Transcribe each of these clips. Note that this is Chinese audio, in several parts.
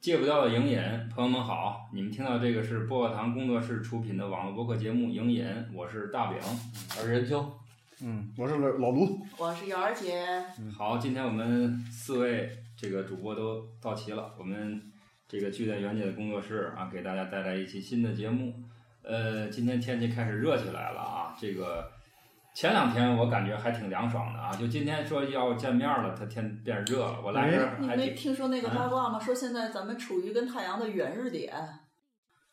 戒不掉的影瘾，朋友们好，你们听到这个是薄荷糖工作室出品的网络播客节目《影瘾》，我是大饼。我是任秋，嗯，我是老老卢，我是瑶儿姐，嗯好，今天我们四位这个主播都到齐了，我们这个聚在袁姐的工作室啊，给大家带来一期新的节目。呃，今天天气开始热起来了啊，这个前两天我感觉还挺凉爽的啊，就今天说要见面了，它天变热了，我来这儿你还没挺嗯听说那个八卦吗？说现在咱们处于跟太阳的圆日点。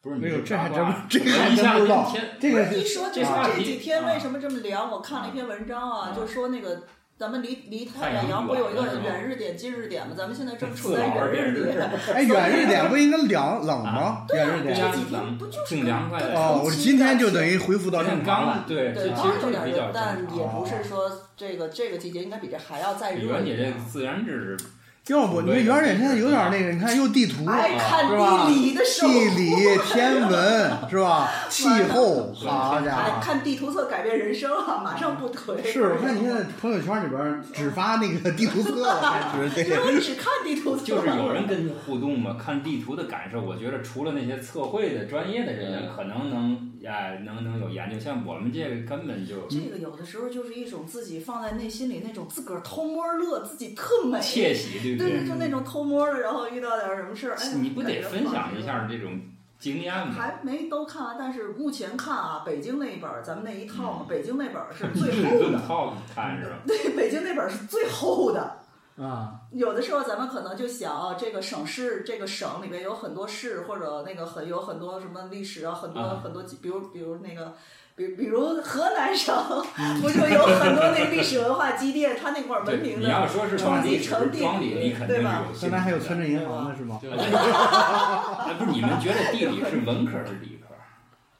不是你没有，这八还卦真啊不这个我还一真下不子知道天，这个一说就这是话这题几天啊为什么这么凉？我看了一篇文章啊，啊就说那个咱们离离太太阳远洋不有一远了个是吗远日点、近日点吗？咱们现在正处四在老二远变日日点。，哎，远日点不应该凉冷吗？远日对点哦呀啊这几天不就是啊挺凉快的跟哦，我是今天就等于恢复到有点正常了。刚，对，这对，其当实然有这个比较点热，但正常。啊也不是说这个这个季节应该比这还要再热袁一姐点这。自然知识，要不你这远日点现在有点那个，你看又地图、啊爱哎看是吧地理的手，地理、天文是 吧？气候，好哎啊家，伙！看地图册改变人生啊，马上不推。是我看你现在朋友圈里边只发那个地图册了，开始 因为 对。我只看地图册，就是有人跟你互动嘛，看地图的感受，我觉得除了那些测绘的专业的人，嗯可能能哎能能有研究，像我们这个根本就这个有的时候就是一种自己放在内心里那种自个儿偷摸乐，自己特美，窃喜，对不对对？对，就那种偷摸的，然后遇到点儿什么事儿，哎，嗯你不得感觉分享好一下这种经验吗？还没都看完，但是目前看啊，北京那一本儿，咱们那一套嗯嘛，北京那本儿 是最厚论的， 套看是吧？对，北京那本儿是最厚的。啊，有的时候咱们可能就想啊，这个省市，这个省里面有很多市，或者那个很有很多什么历史啊，很多、啊很多，比如比如那个，比比如河南省， 不就有很多那历史文化积淀，它那块儿对文，明你要的，啊说是成庄绩里，成绩庄里你肯定是对吧有兴趣的。刚才还有村镇银行呢，是吗？对， 哎，不是你们觉得地理是文科还是理科？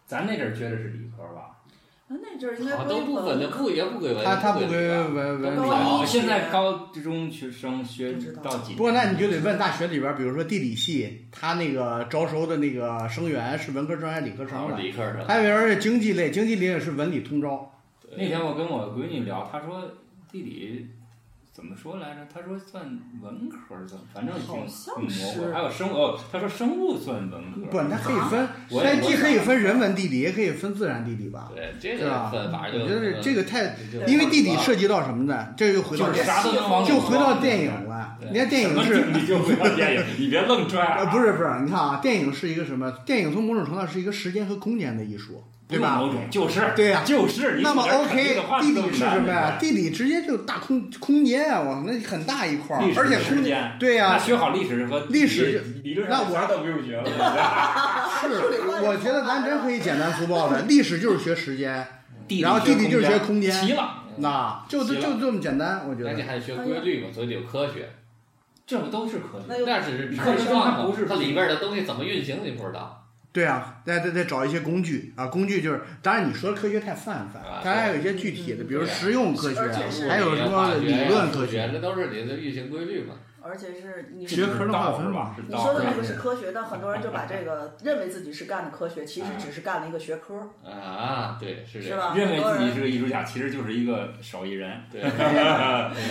咱那阵儿觉得是理科吧？那阵儿应该好不都不分的，不也不归文，他他不也归归文文高理。一哦现在高中学生学到几？不过那你就得问大学里边，比如说地理系，他那个招收的那个生源是文科生还是理科生文的？理科 的，还有人是经济类，经济类也是文理通招。那天我跟我闺女聊，她说地理怎么说来着？她说算文科儿，怎么反正挺好挺像模糊。是还有生物，哦她说生物算文科儿。不，它可以分，啊我它也既可以分人文地理，也可以分自然地理吧？对，这是吧个分法？就我觉得这个太，就因为地理涉及到什么呢？这又回到嗯就是啥都能往里就回到装电影了。对你看电影什是么你就不要电影，你别愣拽啊呃不是不是，你看啊，电影是一个什么？电影从某种程度上是一个时间和空间的艺术，对不吧用？某种就是对呀就是。你那么从这儿 OK，肯定的话地都理不是难什么呀？对地理直接就大空空间啊，我那很大一块儿历，史啊而且是空时间间。对呀、啊那学好历史和历史地理理论上那我啥都不用学 了。是，我觉得咱真可以简单粗暴的，历史就是学时间，地理然后地理就是学空空间齐间，了，那就就齐了就这么简单，我觉那得你。还得哎学规律嘛，所以得有科学，这不都是科学那？又那只是科学是状它况不是它里边的东西怎么运行你不知道，对啊，得得得找一些工具啊，工具就是，当然你说的科学太泛泛啊，当然还有一些具体的，比如对啊实用科学而且，是啊还有什么理论科科学，学，那都是你的运行规律嘛。而且是你学科的划分吧吧？你说的这那个是科学，但很多人就把这个认为自己是干的科学，其实只是干了一个学科儿，啊，对，是这是样。吧？认为很多自己人是个艺术家，其实就是一个手艺人。呃 对，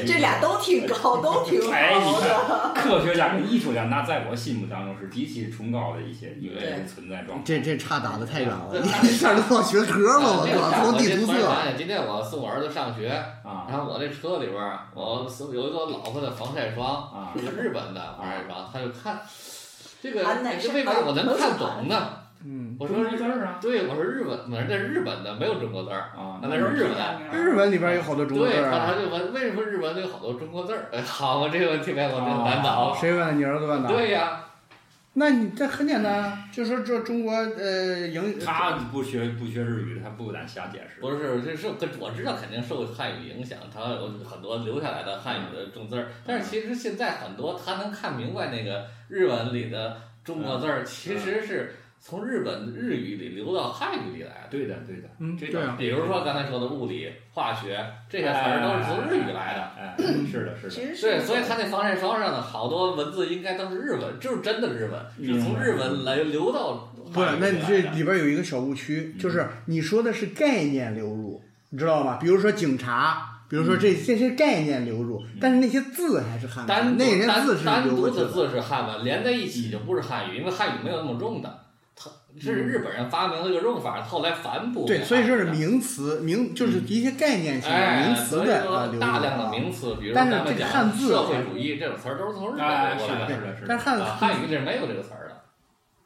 这俩都挺高，都挺哎，你高的。看，科学家跟艺术家，那在我心目当中是极其崇高的一些一类存在状态。这这差打的太远了，对啊你一下就到学科了，我这个靠，从地图我这突然册，想起今天我送我儿子上学，啊然后我那车里边儿，我送有一个我老婆的防晒霜，啊！是日本的防晒霜，他就看这个啊那这是为啥我能看懂呢？嗯，我说说这事儿啊对，我说日本，那是日本的，没有中国字儿，啊，那是日本。日文里边有好多中国字对，儿他啊，他就问为什么日文有好多中国字儿？哎，好，我这个问题被我这难倒。谁啊问的？你儿子问的？对呀，那你这很简单啊，就说这中国呃影，他不学不学日语，他不敢瞎解释。不是，这是跟我知道肯定受汉语影响，他有很多留下来的汉语的重字儿，但是其实现在很多他能看明白那个日文里的中国字儿，其实是从日本日语里流到汉语里来的。对的，对的，嗯，这对啊，比如说刚才说的物理、化学这些词儿都是从日语来的。 哎。哎，是的，是的。其实是对，所以他那防晒霜上的好多文字应该都是日文，就是真的日文，是从日文来流到不是汉，语那你来这的里边有一个小误区，嗯就是你说的是概念流入，你知道吗？比如说警察，比比如说这这些概念流入，但是那些字还是汉嗯单文，嗯独那些单字是单流独过去的的。字是汉文，连在一起就不是汉语，因为汉语没有那么重的。它是日本人发明了一个用法，后来反哺给嗯对，所以说是汉语的名词名就是一些概念性的嗯哎，名词所以的呃说流入大量的啊名词，比如说但是咱们这讲汉字社会主义这种词儿都是从日哎，本是过来的，的是的，是但的。是汉啊，汉语这是没有这个词儿的。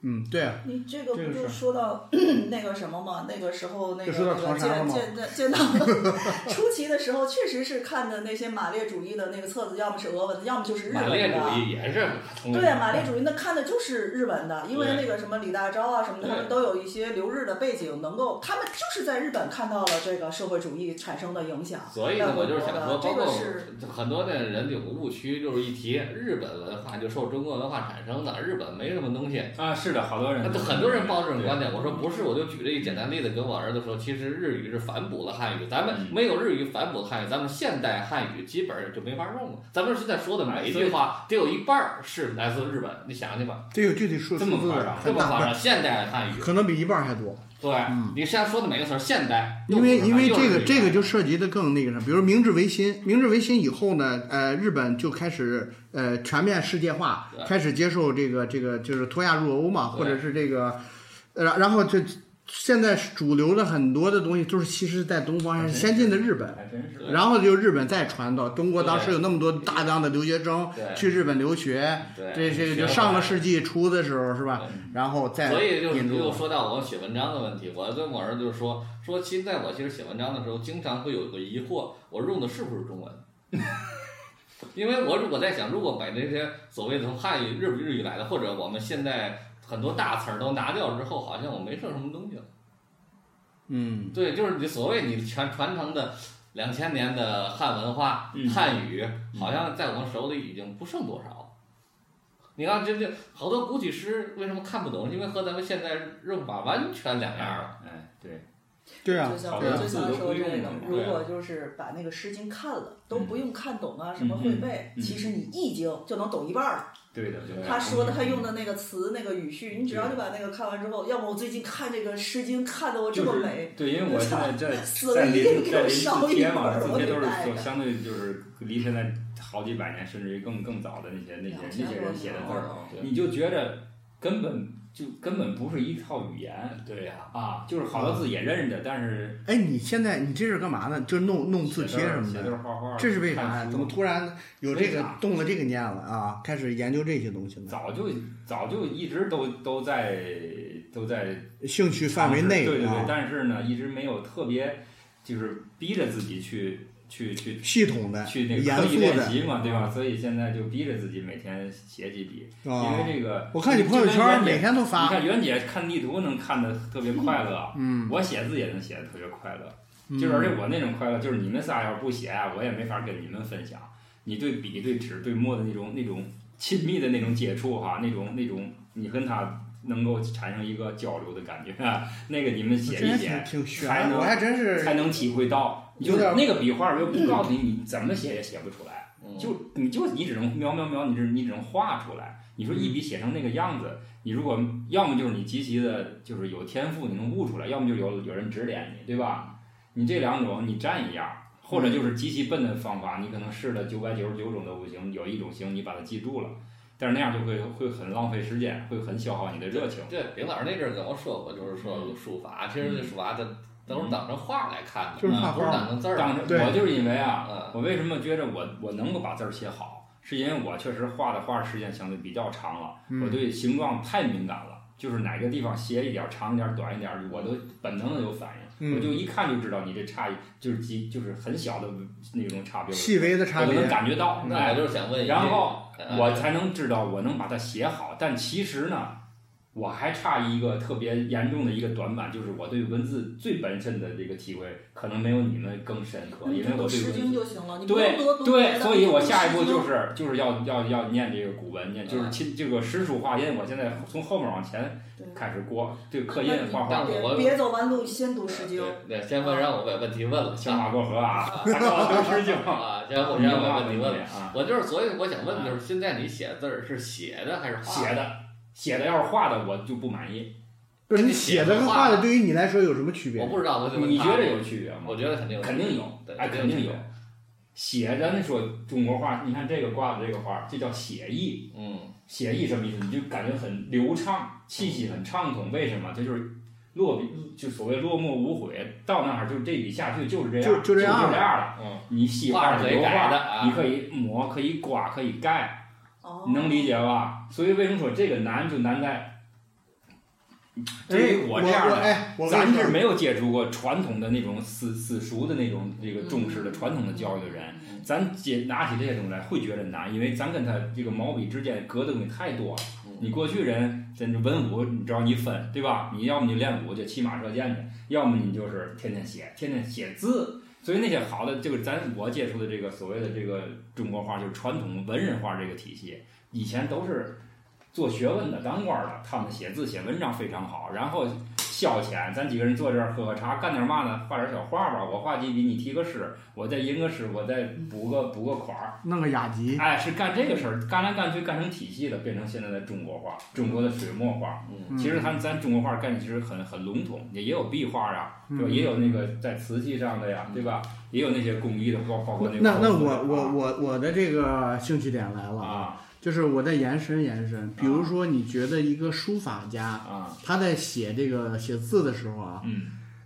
嗯对啊，你这个这不个就是说到 那个什么吗？那个时候那个就说到那唐个山了见吗见见见到 初期的时候，确实是看的那些马列主义的那个册子，要么是俄文的，要么就是日马文列主的。义也是从对，啊马列主义那看的就是日文的，因为那个什么李大钊啊什么的，对他们都有一些留日的背景，能够他们就是在日本看到了这个社会主义产生的影响。所以呢，我就是想说，包这括个是很多的人有个误区，就是一提日本文化就受中国文化产生的，日本没什么东西。啊，是的，好多人那，很多人抱这种观点，我说不是，我就举这一简单例子跟我儿子说，其实日语是反哺了汉语，咱们嗯没有日语反哺汉语，咱们现代汉语基本上就没法用了。咱们现在说的每一句话，哎得有一半儿是来自日本，你想想吧，这有具体数这数么字夸的张，这很么夸大，张，现代汉语，可能比一半还多。对嗯，你现在说的每个词儿现代，因为又因为又这是个日语这个就涉及的更那个什么，比如明治维新，明治维新以后呢，呃，日本就开始呃全面世界化对，开始接受这个这个就是脱亚入欧嘛，对或者是这个，呃然然后就现在主流的很多的东西都是其实在东方还是先进的日本，还真是。对然后就日本再传到中国，当时对有那么多大量的留学生对去日本留学，对这这学就会上个了世纪初的时候是吧？然后再所以就是引入又说到我写文章的问题，我跟我儿子就说说，现在我其实写文章的时候，经常会有一个疑惑，我用的是不是中文？ 因为我如果在想，如果把这些所谓的从汉语、日日语来的，或者我们现在很多大词儿都拿掉之后，好像我没剩什么东西了。嗯。对，就是你所谓你传传承的两千年的汉文化、嗯汉语，好像在我们手里已经不剩多少了。你看，这这好多古体诗为什么看不懂？因为和咱们现在用法完全两样了。哎，对，对啊就，像好我的就想说这字个都不，如用果就是把那个《诗经》看了，都不用看懂啊，什么嗯会背，嗯其实你一经就能懂一半儿了。对的，对啊嗯的。他说的他用的那个词那个语序，你只要你把那个看完之后，要么我最近看这个《诗经》看的我这就么是美，对，因为我现在在死在了一个临给在我临烧字一帖会嘛，儿字我帖得都是带就着相对就是离现在好几百年甚至于更更早的那些那些两千那些人写的字多儿，年对你就觉着根本就根本不是一套语言对呀、啊，就是好多字也认得，但是哎，你现在你这是干嘛呢？就弄弄字写帖字什儿么写字的，儿画画儿，这是为啥呀？看书怎么突然有这为个啥动了这个念了啊？开始研究这些东西呢？早就早就一直都都在都在兴趣范围内对对对，啊，但是呢，一直没有特别就是逼着自己去去去系统的、去那个哎严刻意肃啊练的习嘛，对吧？所以现在就逼着自己每天写几笔，因啊为。这个我看你朋友就圈跟袁姐每天都你发，看袁姐看地图能看得特别快乐，啊嗯，我写字也能写得特别快乐，嗯就是而且我那种快乐，就是你们仨要是不写啊，我也没法跟你们分享。你对笔、对纸、对墨的那种那种亲密的那种接触哈、那种那种你跟他能够产生一个交流的感觉，啊那个你们写一真写是挺还悬，能我还真才是能体会到，有就是点那个笔画又不告诉你你怎么写也写不出来。嗯，就你就你只能描描描，你只你只能画出来。你说一笔写成那个样子，你如果要么就是你极其的，就是有天赋，你能悟出来；要么就有有人指点你，对吧？你这两种你占一样，或者就是极其笨的方法，你可能试了九百九十九种都不行，有一种行，你把它记住了，但是那样就会会很浪费时间，会很消耗你的热情。对，丙老师那阵儿跟我说过，就是说嗯书法，其实这书法它都是当成画来看的，就是嗯画不是画，当成字儿当看时的。对我就是因为啊，嗯，我为什么觉着我我能够把字儿写好，是因为我确实画的画时间相对比较长了。我嗯对形状太敏感了，就是哪个地方斜一点儿、长一点儿、短一点儿，我都本能的有反应，嗯我就一看就知道你这差异就是极就是很小的那种差别，细微的差我都能别，嗯感觉到。那我哎，就是想问一句，然后呃我才能知道我能把它写好，但其实呢。我还差一个特别严重的一个短板，就是我对文字最本身的这个体会，可能没有你们更深嗯刻，你因就为读我《对诗文字经》就行了，你不对用多读别对，的所以我你读下一步诗经就是就是要要要念这个古文，念就是嗯亲这个实属化音。我现在从后面往前对开始过，这个刻印画画，那你我别别走弯路，先读《诗经》。对，先问让我把问题问了，青马过河啊，然后都诗经啊，啊，先我你让让我我把问问题你问了。啊，我就是，所以我想问的就是，现在你写字儿是写的还是画写？的写的要是画的我就不满意，不是你写的和画的对于你来说有什么区别我？不知道，我就问你他觉得有？区别吗我？觉得肯定有，肯定有对，哎，肯肯定定有有。写咱说中国画，你看这个挂的这个画，这叫写意。嗯写意什么意思？你就感觉很流畅，气息很畅通。为什么？这就是落笔，就所谓落墨无悔。到那儿就这笔下去就是这样，就就就这这样了了。嗯，你喜欢画是你可以油改的画，啊你可以抹，可以刮，可以盖，哦，你能理解吧？所以为什么说这个难就难在，对哎于，我这样哎我的，哎，我跟咱你是说，没有接触过传统的那种死死熟的那种这个重嗯视的传统的教育的人，嗯咱解拿起这些东西来会觉得难，因为咱跟他这个毛笔之间隔的东西太多了。你过去人真是文武，你知道你分对吧？你要么你练武就骑马射箭去，要么你就是天天写，天天写字。所以那些好的，就是咱我接触的这个所谓的这个中国画，就是传统文人画这个体系，以前都是做学问的、当官的，他们写字写文章非常好，然后消遣，咱几个人坐这儿喝喝茶，干点嘛呢？画点小画吧，我画几笔，你提个诗，我再吟个诗，我再补个补个款儿。弄个雅集，哎，是干这个事儿，干来干去干成体系了，变成现在的中国画，中国的水墨画。嗯嗯其实咱咱中国画概念其实很很笼统，也也有壁画呀，对吧？嗯也有那个在瓷器上的呀，对吧？也有那些工艺的，包包括个那那包括我我我我的这个兴趣点来啊了，啊就是我再延伸延伸，比如说你觉得一个书法家，啊他在写这个写字的时候啊，嗯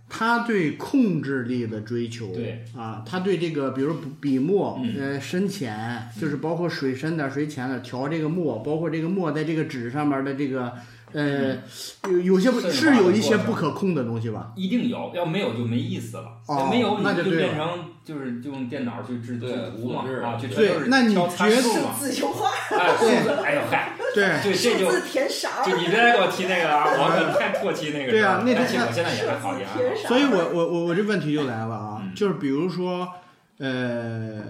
他对控制力的追求，对啊，他对这个比如笔墨、嗯呃深浅，就是包括水深点儿、水浅点儿，调这个墨，包括这个墨在这个纸上面的这个呃，有有些不渗是化有嗯的一些过程不可控的东西吧？一定有，要没有就没意思了。哦没有那你就就对变成就是用电脑去制对制图嘛复制啊，去对就是那你敲参觉数是嘛？自由化，哎，对数字哎呦嗨，对。 对，这数就字填色 儿，就你别再给我提那个了啊，我可太唾弃那个人了。对啊那而且那我现在也数很 讨字厌啊。填色儿。所以我我我我这问题就来了啊，嗯就是比如说，呃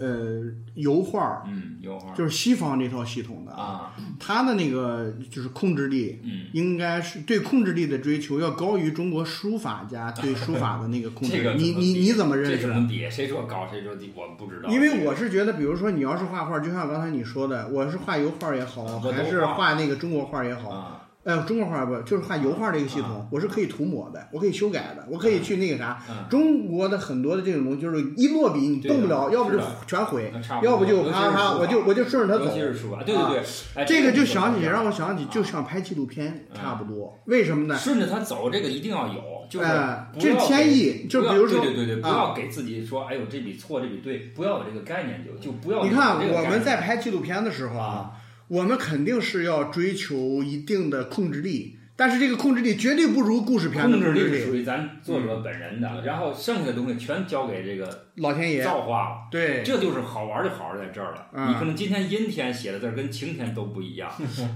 呃，油画儿嗯，油画就是西方这套系统的，啊，它的那个就是控制力，嗯，应该是对控制力的追求要高于中国书法家对书法的那个控制这个力。怎么你你比你怎么认这识怎的？么比？谁说高，谁说低，我不知道。因为我是觉得，比如说你要是画画，就像刚才你说的，我是画油画也好，我都还是啊画画那个中国画也好，啊，呃，中国画不就是画油画这个系统，我是可以涂抹的，我可以修改的，我可以去那个啥。嗯中国的很多的这种东西，就是一落笔你动不了，对的啊要不就是的全毁那，差不多要不就尤其咔是咔，书我就法我就顺着它尤走啊其。是书法，对对对，哎，这个就你说想起，的让我想起，啊就像拍纪录片嗯差不多。为什么呢？顺着他走，这个一定要有，就是哎，不这要是天给。意，就不要比如说，对对对对，不啊要给自己说，哎呦，这笔错，这笔对，不要有这个概念，就就不要有你这个嗯概看念。我们在拍纪录片的时候啊，我们肯定是要追求一定的控制力，但是这个控制力绝对不如故事片的控制控力制是属力。于咱作者本人嗯的，然后剩下的东西全交给这个老天爷，造化了。对，这就是好玩儿就好玩儿在这儿了。嗯你可能今天阴天写的字儿跟晴天都不一样。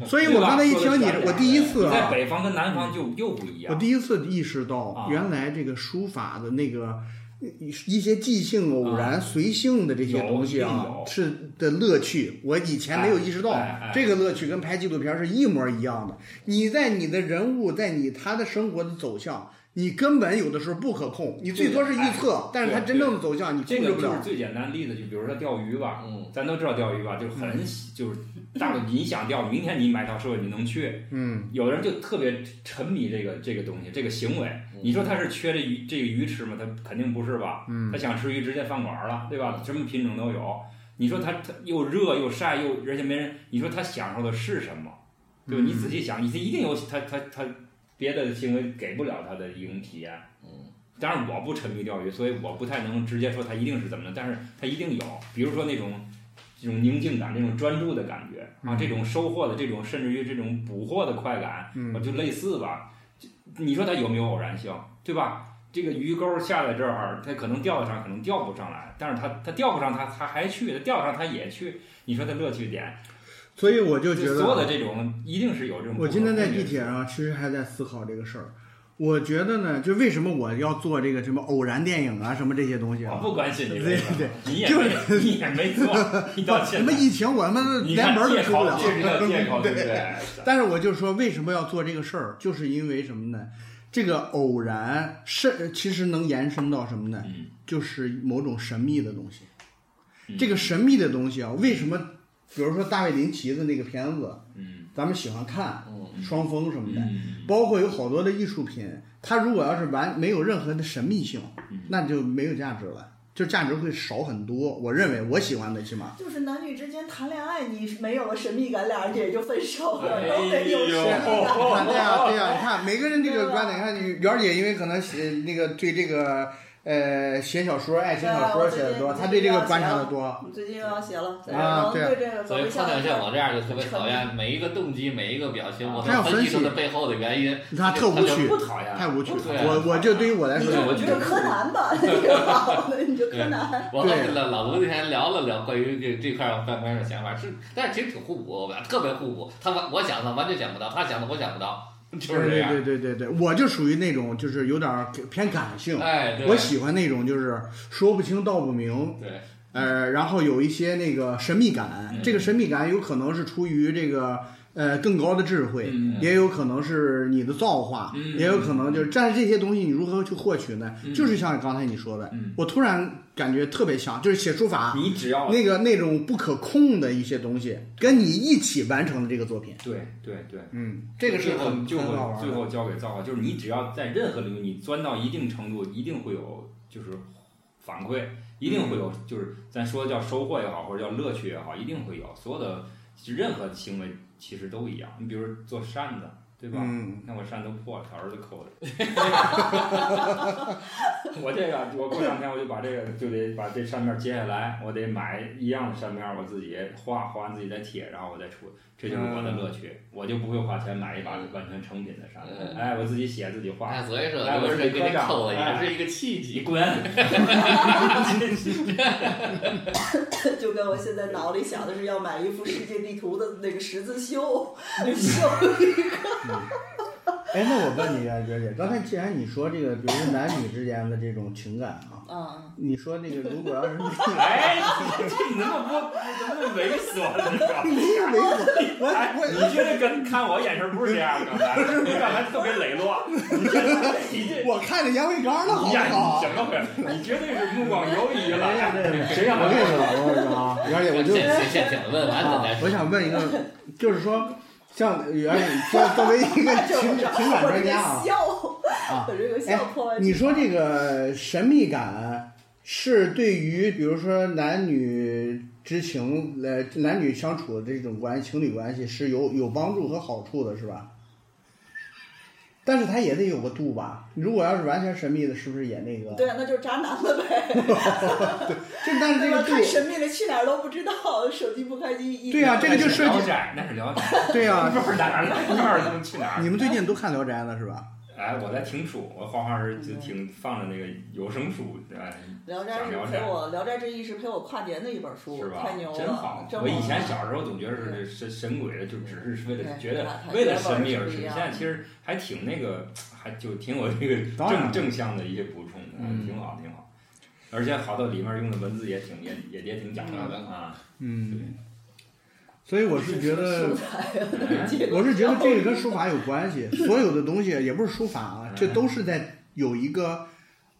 所以我刚才一对吧说听你得全，我第一你次在啊，北方跟南方就又不一我样。第一次意识到啊，原来这个书法的那个。一一些即兴、偶然、随性的这些啊有东西一啊定，有是的乐趣，我以前没有意识到哎哎哎这个乐趣跟拍纪录片是一模一样的。你在你的人物，在你他的生活的走向，你根本有的时候不可控，你最多是预哎测，但是他真正的走向你这控制个不就是了。最简单的例子，就比如说钓鱼吧，嗯咱都知道钓鱼吧，就很嗯喜就是大的你想钓，明天你买套设备你能去。嗯，有的人就特别沉迷这个这个东西，这个行为。你说他是缺这鱼这个鱼吃吗？他肯定不是吧？嗯他想吃鱼直接饭馆儿了，对吧？什么品种都有。你说他他又热又晒又，而且没人，你说他享受的是什么？对吧？嗯你仔细想，你一定有他他他别的行为给不了他的一种体验。嗯当然我不沉迷钓鱼，所以我不太能直接说它一定是怎么的，但是它一定有，比如说那种这种宁静感、这种专注的感觉啊，这种收获的这种，甚至于这种嗯捕获的快感，啊嗯我就类似吧。这你说它有没有偶然性，对吧？这个鱼钩下在这儿，它可能钓得上，可能钓不上来，但是它它钓不上，它它还去，它钓上它也去。你说它乐趣点，所以我就觉得所有的这种一定是有这种不我可今控的因素。天在地铁上，其实还在思考这个事儿。我觉得呢，就为什么我要做这个什么偶然电影啊，什么这些东西我啊？不关心你对为什么对，你也就没你也没做，你到什现么在。疫情，我他妈你连门看儿都嗯借出不口，了。这是叫借 口，对不对？但是我就说，为什么要做这个事儿，就是因为什么呢？这个偶然是其实能延伸到什么呢？嗯就是某种神秘的东西。嗯这个神秘的东西啊，为什么？比如说大卫林奇的那个片子，嗯咱们喜欢看嗯《双峰》什么的，嗯包括有好多的艺术品，它如果要是完没有任何的神秘性嗯，那就没有价值了。就价值会少很多。我认为我喜欢的起码。就是男女之间谈恋爱，你没有了神秘感，俩人也就分手了，哎都得有神 秘感。啊，对呀、对呀、你看每个人这个观点，你看袁儿姐，因为可能写那个对这个呃写小说、爱情小说写的多，她对这个观察的多。你最近又要写了，对啊对啊这个所以方碰向见像我这样就特别讨厌每一个动机、每一个表情，我都分析它的背后的原因。他特无趣不，讨厌，太无趣。对我我就对于我来你说就，我你觉就得柯南吧， 你就好了，你就柯南。我和老老罗那天聊了聊关于这这块儿观点的想法，是，但是其实挺互补，我们俩特别互补。他完我想的完全想不到，他想的我想不到， 就是这对啊样。对对对对，我就属于那种就是有点儿偏感性，哎，对，我喜欢那种就是说不清道不明，对，呃，然后有一些那个神秘感，嗯这个神秘感有可能是出于这个呃更高的智慧，嗯也有可能是你的造化，嗯也有可能就是，但是这些东西你如何去获取呢？嗯就是像刚才你说的，嗯我突然感觉特别像，就是写书法你只要那个那种不可控的一些东西，跟你一起完成的这个作品，对对对，嗯，这个是最后很就很好会玩最的。后交给造化，就是你只要在任何领域你钻到一定程度，一定会有就是反馈，一定会有嗯就是咱说叫收获也好，或者叫乐趣也好，一定会有。所有的其实任何行为其实都一样，你比如做扇子，对吧？嗯，你看我扇都破了，他儿子扣的。我这个，我过两天我就把这个就得把这扇面揭下来，我得买一样的扇面，我自己画，画完自己再贴，然后我再出，这就是我的乐趣。我就不会花钱买一把完全成品的扇子，嗯哎，我自己写自己画。哎，所以说刘是给你扣了，也是一个契你机。滚！ 哎就跟我现在脑里想的是要买一幅世界地图的那个十字绣，绣一个哎，那我问你啊，袁姐，刚才既然你说这个，比如说男女之间的这种情感啊，啊，你说那个如果要是 你哎，这你怎么不你怎么那么猥琐呢？你知道吗哎没有没有，我我你觉得跟看我眼神不是这样的，刚才你刚才特别磊落，你这你这我看着烟灰缸了，好你不呀，你好？怎么回事？你绝对是目光游移了。啊谁让我他跟你说，我跟你说啊，袁姐，我现就现现请问完咱啊再，我想问一个，就是说，像袁姐，作作为一个 情情感专家啊笑，啊，我这个哎笑破万。你说这个神秘感是对于比如说男女之情，呃，男女相处的这种关系，情侣关系是有有帮助和好处的，是吧？但是它也得有个度吧。如果要是完全神秘的，是不是也那个？对，啊那就是渣男了呗。就但是这对个吧？度太，神秘了，去哪儿都不知道，手机不开机一对啊呀、这个就啊涉聊及，斋，那是聊斋，对呀、 不知道哪儿哪儿他们去哪你儿。们最近都看《聊斋》了是吧？哎，我在听书，我画画时就听放着那个有声书，哎，聊斋》是陪我，《聊斋志异》是陪我跨年的一本书，是吧太牛？了，真好。真我以前小时候总觉得是神神鬼的，就只是为了对觉得它它为了神秘而它神。不现一样在其实还挺那个，还就挺有这个当然正正向的一些补充的，嗯挺好挺好。而且好多里面用的文字也挺也也也挺讲究的 啊。嗯，所以我是觉得素。 材啊哎结果我是觉得这个跟书法有 关系，所有的东西也不是书法哎啊，这都是在有一个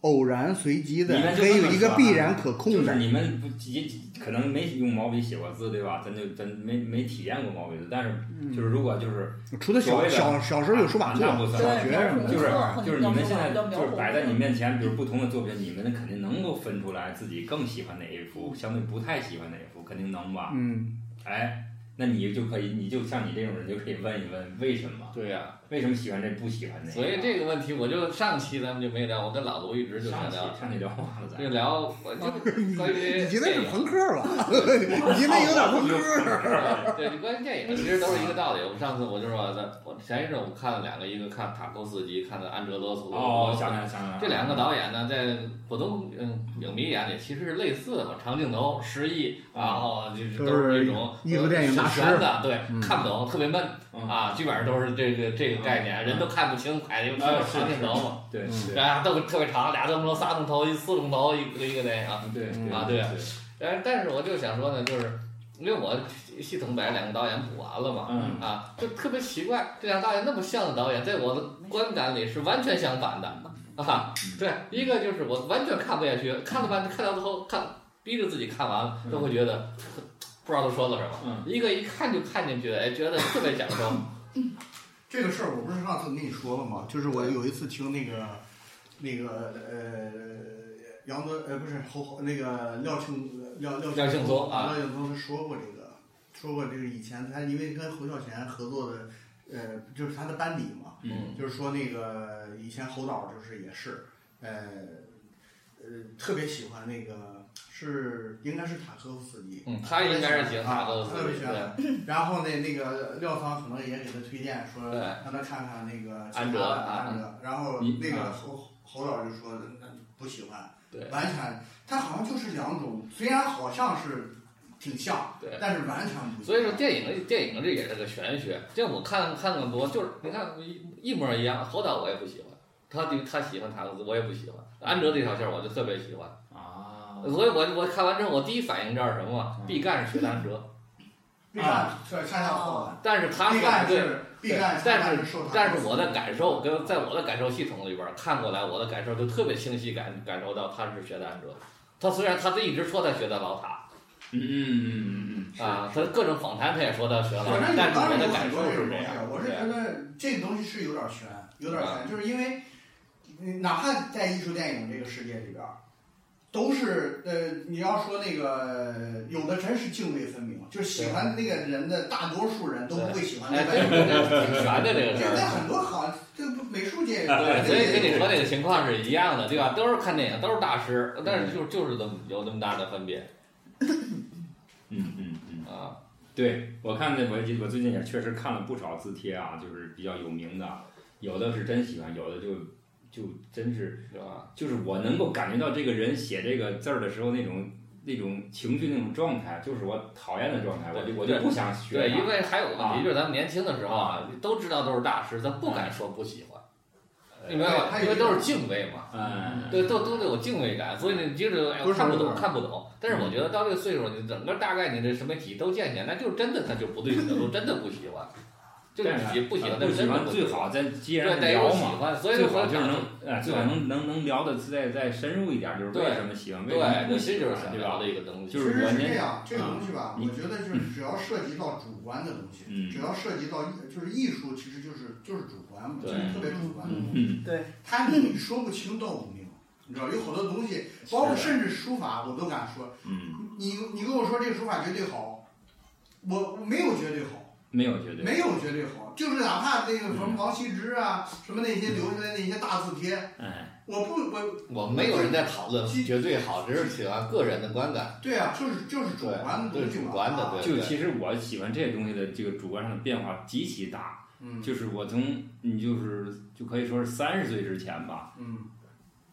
偶然随机的你们，就跟这么有一个说啊必然可就控是的。你们不也可能没用毛笔写过字，对吧？咱就咱没没体验过毛笔字，但嗯是就是如果就是除了所小谓的啊小小时候有书法课，那不小算学什么的，没就错是很就是你们现在比较模糊就是摆在你面前，比如不同的作品，你们肯定能够分出来自己更喜欢哪一幅，相对不太喜欢哪一幅，肯定能吧？ 嗯，哎，那你就可以，你就像你这种人就可以问一问为什么， 对呀、为什么喜欢这不喜欢嗯那个？所以这个问题我就上期咱们就没聊，我跟老罗一直就上想期聊，上期聊完了咱就。聊我就关于 你觉得电是影朋克吧？ 你觉得有点朋克？对，就关于电影其实都是一个道理。我上次我就说，我前一阵我看了两个，一个看塔科夫斯基，看的安哲罗索哦，想想想想，这两个导演呢，在普通嗯影迷眼里其实是类似的，长镜头、失意，然后就是都是这种艺术电影大师悬的，对，嗯看不懂，特别闷嗯啊，基本上都是这个这个概念，嗯人都看不清，哎，因为啊是长镜头嘛。对嗯对啊，都特别长，俩钟头、仨钟头、一四钟头，一个一个那啊。对对啊对但但是我就想说呢，就是因为我系统把两个导演补完了嘛，嗯啊，就特别奇怪，这俩导演那么像的导演，在我的观感里是完全相反的嗯啊。对，一个就是我完全看不下去，看了半看到最后看逼着自己看完了，都会觉得不知道他说了什么。嗯一个一看就看进去，哎，觉得特别享受。这个事儿我不是上次跟你说了吗？就是我有一次听那个那个呃杨德呃不是侯侯那个廖庆廖廖廖庆松松啊廖庆松他说过这个，说过这个以前他因为跟侯孝贤合作的，呃就是他的班底嘛，嗯就是说那个以前侯导就是也是，呃呃特别喜欢那个是应该是塔科夫斯基，嗯，他应该是警察的啊特别喜欢对，然后那那个廖芳可能也给他推荐说对让他看看那个安哲啊安哲，然后你那个啊侯侯导就说那不喜欢，对完全他好像就是两种，虽然好像是挺像，对但是完全不一样。所以说电影电影这也是个玄学，这我看看更多，就是你看一一模一样，侯导我也不喜欢，他对他喜欢塔克斯我也不喜欢，安哲这条线我就特别喜欢，啊，所以我我看完之后我第一反应知道是什么吗嗯？毕赣是学的安哲，毕赣是啊恰恰错了，但是他毕赣对是毕赣，但是受他但是我的感受跟在我的感受系统里边儿看过来，我的感受就特别清晰感感受到他是学的安哲。他虽然他一直说他学的老塔嗯嗯嗯嗯嗯啊，他各种访谈他也说他学了反老正有塔，但是当我然的有感很多受这种东是这西样，，我是觉得这个东西是有点悬，有点悬，就是因为嗯哪怕在艺术电影这个世界里边儿，都是呃，你要说那个有的真是泾渭分明，就是喜欢那个人的大多数人都不会喜欢哎，那这个人。这挺悬的这个事这在儿。很多行，这不美术界 也对，所以跟你也说那个情况是一样的，对吧？都是看电影，都是大师，但是就就是这么有那么大的分别嗯嗯嗯，啊。对我看那我我最近也确实看了不少字帖啊，就是比较有名的，有的是真喜欢，有的就就真是是吧？就是我能够感觉到这个人写这个字儿的时候那种那种情绪那种状态，就是我讨厌的状态，我就我就不想学对，它因为还有个问啊题，就是咱们年轻的时候啊，都知道都是大师，咱不敢说不喜欢，嗯你明白吧？对因为都是敬畏嘛。嗯，对，都都得有敬畏感，所以你接着哎不是看不不懂，是看不懂。但是我觉得到这个岁数，你整个大概你这审美体系都见见，那就是真的他就不对你的路，真的不喜欢，就是喜不喜欢，但啊不是喜真的欢不最喜欢。好咱既对，然得有聊喜嘛，欢，所以最说好就是咱们能哎，最好能能能聊的再再深入一点，就是为对什么喜欢，为什么对，不这喜就是欢，想对聊吧？的一个东西，就其是实我是那这样，这个东西吧，嗯我觉得就是只要涉及到主观的东西，嗯只要涉及到艺就是艺术，其实就是就是主观嘛，就对是特别主观的东西。嗯，对，他你说不清道不明，你知道有好多东西，包括甚至书法，我都敢说，嗯，你你跟我说这个书法绝对好，我我没有绝对好，没有绝对，嗯没有绝对好，就是哪怕那个什么王羲之啊，什么那些留下来那些大字帖，哎，我不我我没有人在讨论绝对好，只是喜欢个人的观感，对啊，就是就是主观的对东西主嘛，观的啊对就其实我喜欢这些东西的这个主观上的变化极其大，嗯就是我从你就是就可以说是三十岁之前吧，嗯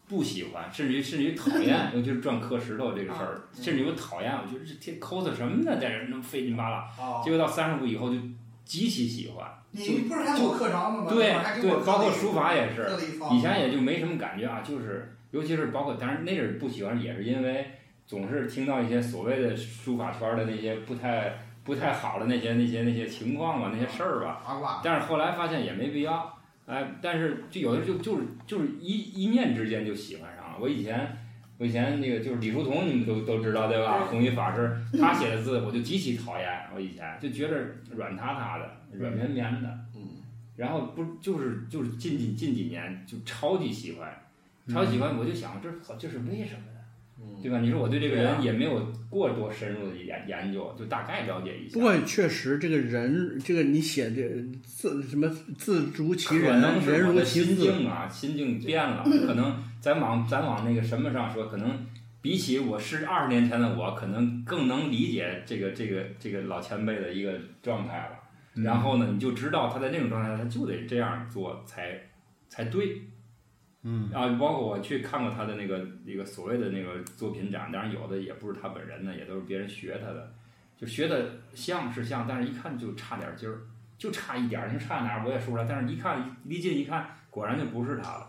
不喜欢，甚至于甚至于讨 厌，尤其是撞磕石头这个事儿，嗯甚至于我讨厌，我觉得这天抠搜什么呢，在这儿那么费劲巴拉。啊结，果到三十五以后就极其喜欢，你你不是还给我刻章的吗？对哦那会儿还给对我，刻包括了一书法也是刻，了一方，以前也就没什么感觉啊，就是尤其是包括，当然那阵儿不喜欢也是因为总是听到一些所谓的书法圈儿的那些不太不太好的那些那些那些情况吧，那些事儿吧。八啊卦，但是后来发现也没必要，哎，但是就有的时候就就是就是一一念之间就喜欢上了。我以前我以前那个就是李叔同，你们都都知道对吧？对弘一法师他写的字我就极其讨厌，我以前就觉着软塌塌的、软绵绵的，嗯，然后不就是就是近几近几年就超级喜欢，超级喜欢，我就想这这是为什么呢？嗯，对吧？你说我对这个对啊人也没有过多深入的研研究，就大概了解一下。不过确实，这个人，这个你写这字什么字如其可人能，是人我如的其心字，嗯境啊，心境变了。可能咱往咱往那个什么上说，可能比起我是二十年前的我，可能更能理解这个这个这个老前辈的一个状态了。嗯然后呢，你就知道他在那种状态，他就得这样做才才对。嗯，啊，包括我去看过他的那个那个所谓的那个作品展，当然有的也不是他本人的，也都是别人学他的，就学的像是像，但是一看就差点劲儿，就差一点儿，你说差哪儿我也说不出来，但是一看离近一看，果然就不是他了，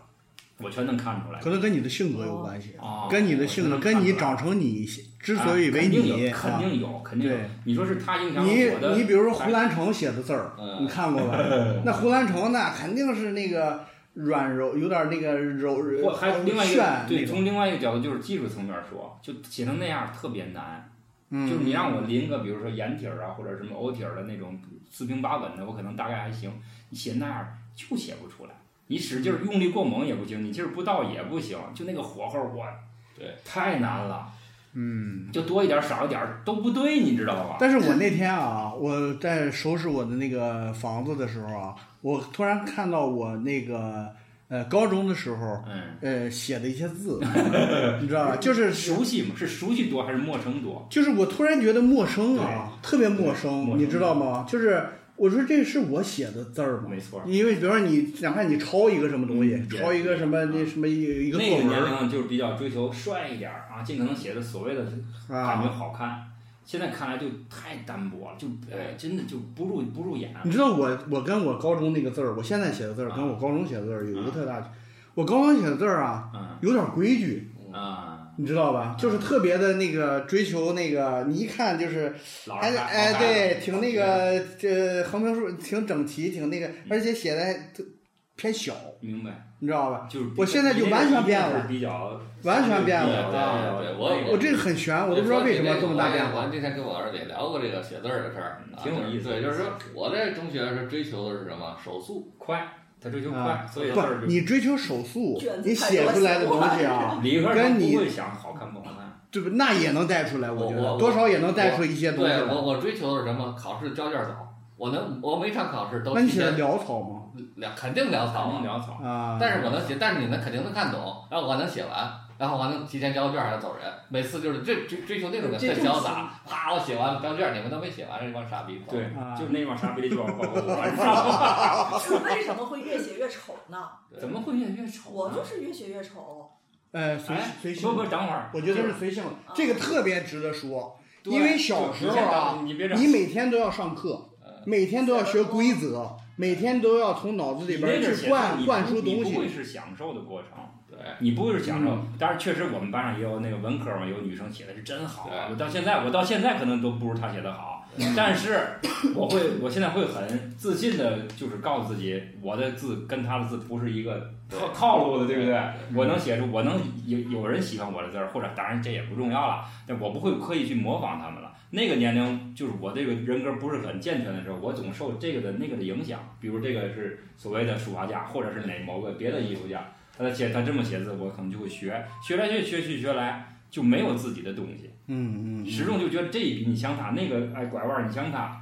我全能看出来。可能跟你的性格有关系，啊，跟你的我全性格，能跟你看出来长成你之所以为你，啊肯定有，肯定有，肯定有对。你说是他影响了我你你的，比如说胡兰成写的字儿，嗯你看过 吧？那胡兰成那肯定是那个软柔，有点那个柔我还有另外一个炫对，那种，从另外一个角度就是技术层面说，就写成那样特别难。嗯，就是你让我临个，比如说眼底儿啊，或者什么欧底儿的那种四平八稳的，我可能大概还行。你写那样就嗯写不出来，你使劲儿用力过猛也不行，你劲儿不到也不行，就那个火候我太难了，嗯。就多一点儿少一点儿都不对，你知道吧？但是我那天啊，我在收拾我的那个房子的时候啊，我突然看到我那个呃高中的时候嗯，呃写的一些字，你知道吧？啊就是熟悉嘛，是熟悉多还是陌生多？就是我突然觉得陌生啊，特别陌对陌生，生你知道吗？就是我说这是我写的字儿吗？没错儿，因为比如说你，哪怕你抄一个什么东西嗯，抄一个什么那什么一一个那作个年文龄就是比较追求帅一点儿啊，尽可能写的所谓的感觉啊，好看。现在看来就太单薄了，就哎，真的就不入不入眼。你知道我我跟我高中那个字儿，我现在写的字儿啊跟我高中写的字儿有一个特大区，我高中写的字儿啊嗯有点规矩，嗯啊，你知道吧？就是特别的那个追求那个，你一看就是老哎人看哎好看对，挺那个这横平竖挺整齐，嗯挺那个，而且写的还特偏小，明白，你知道吧？就是我现在就完全变了是比较完全变对了对对，我啊我这个很悬，我都不知道为什么这么大变我化。那天跟我儿子也聊过这个写字儿的事儿嗯，啊挺有意思对，就是说我在中学是追求的是什么？手速。快，他追求快，啊所以字儿不，就你追求手速卷，子你太写多出来的写东不西啊，理科生跟你不会想好看不好看。对不？那也能带出来，我我觉得我多少也能带出一些东西对我来。我追求的是什么？考试交卷早，我能我每场考试都那你提写的前潦草吗？两肯定潦草草啊，潦草，啊，但是我能写，但是你能肯定能看懂，然后我能写完。然后我还能提前交卷儿，然后走人。每次就是追追追求那种的这很种潇洒，啪！我写完了交卷儿，你们都没写完，这帮傻逼。对，啊就是那帮傻逼的就往往我玩 上，啊为什么会越写越丑呢？对怎么会越来越丑呢？我就是越写越丑。啊呃，随哎随性不，不，等会儿，我觉得是随性嗯的，这个特别值得说。对因为小时候啊，你别这样你每天都要上课，嗯每天都要学规则，嗯每天都要从脑子里边你那个去写灌你灌你输东不会西。嗯是享受的过程。对，你不会是享受，当然确实我们班上也有那个文科嘛，有女生写的是真好啊。对我到现在，我到现在可能都不如她写的好，但是 我会，我现在会很自信的，就是告诉自己，我的字跟她的字不是一个对套套路的，对不对？对我能写出，我能有有人喜欢我的字儿，或者当然这也不重要了，但我不会刻意去模仿他们了。那个年龄就是我这个人格不是很健全的时候，我总受这个的那个的影响，比如这个是所谓的书法家，或者是哪某个别的艺术家，他在写他这么写字，我可能就会学，学来学学去学来。就没有自己的东西，嗯嗯始终就觉得这一笔你想他，那个哎拐弯儿你想他，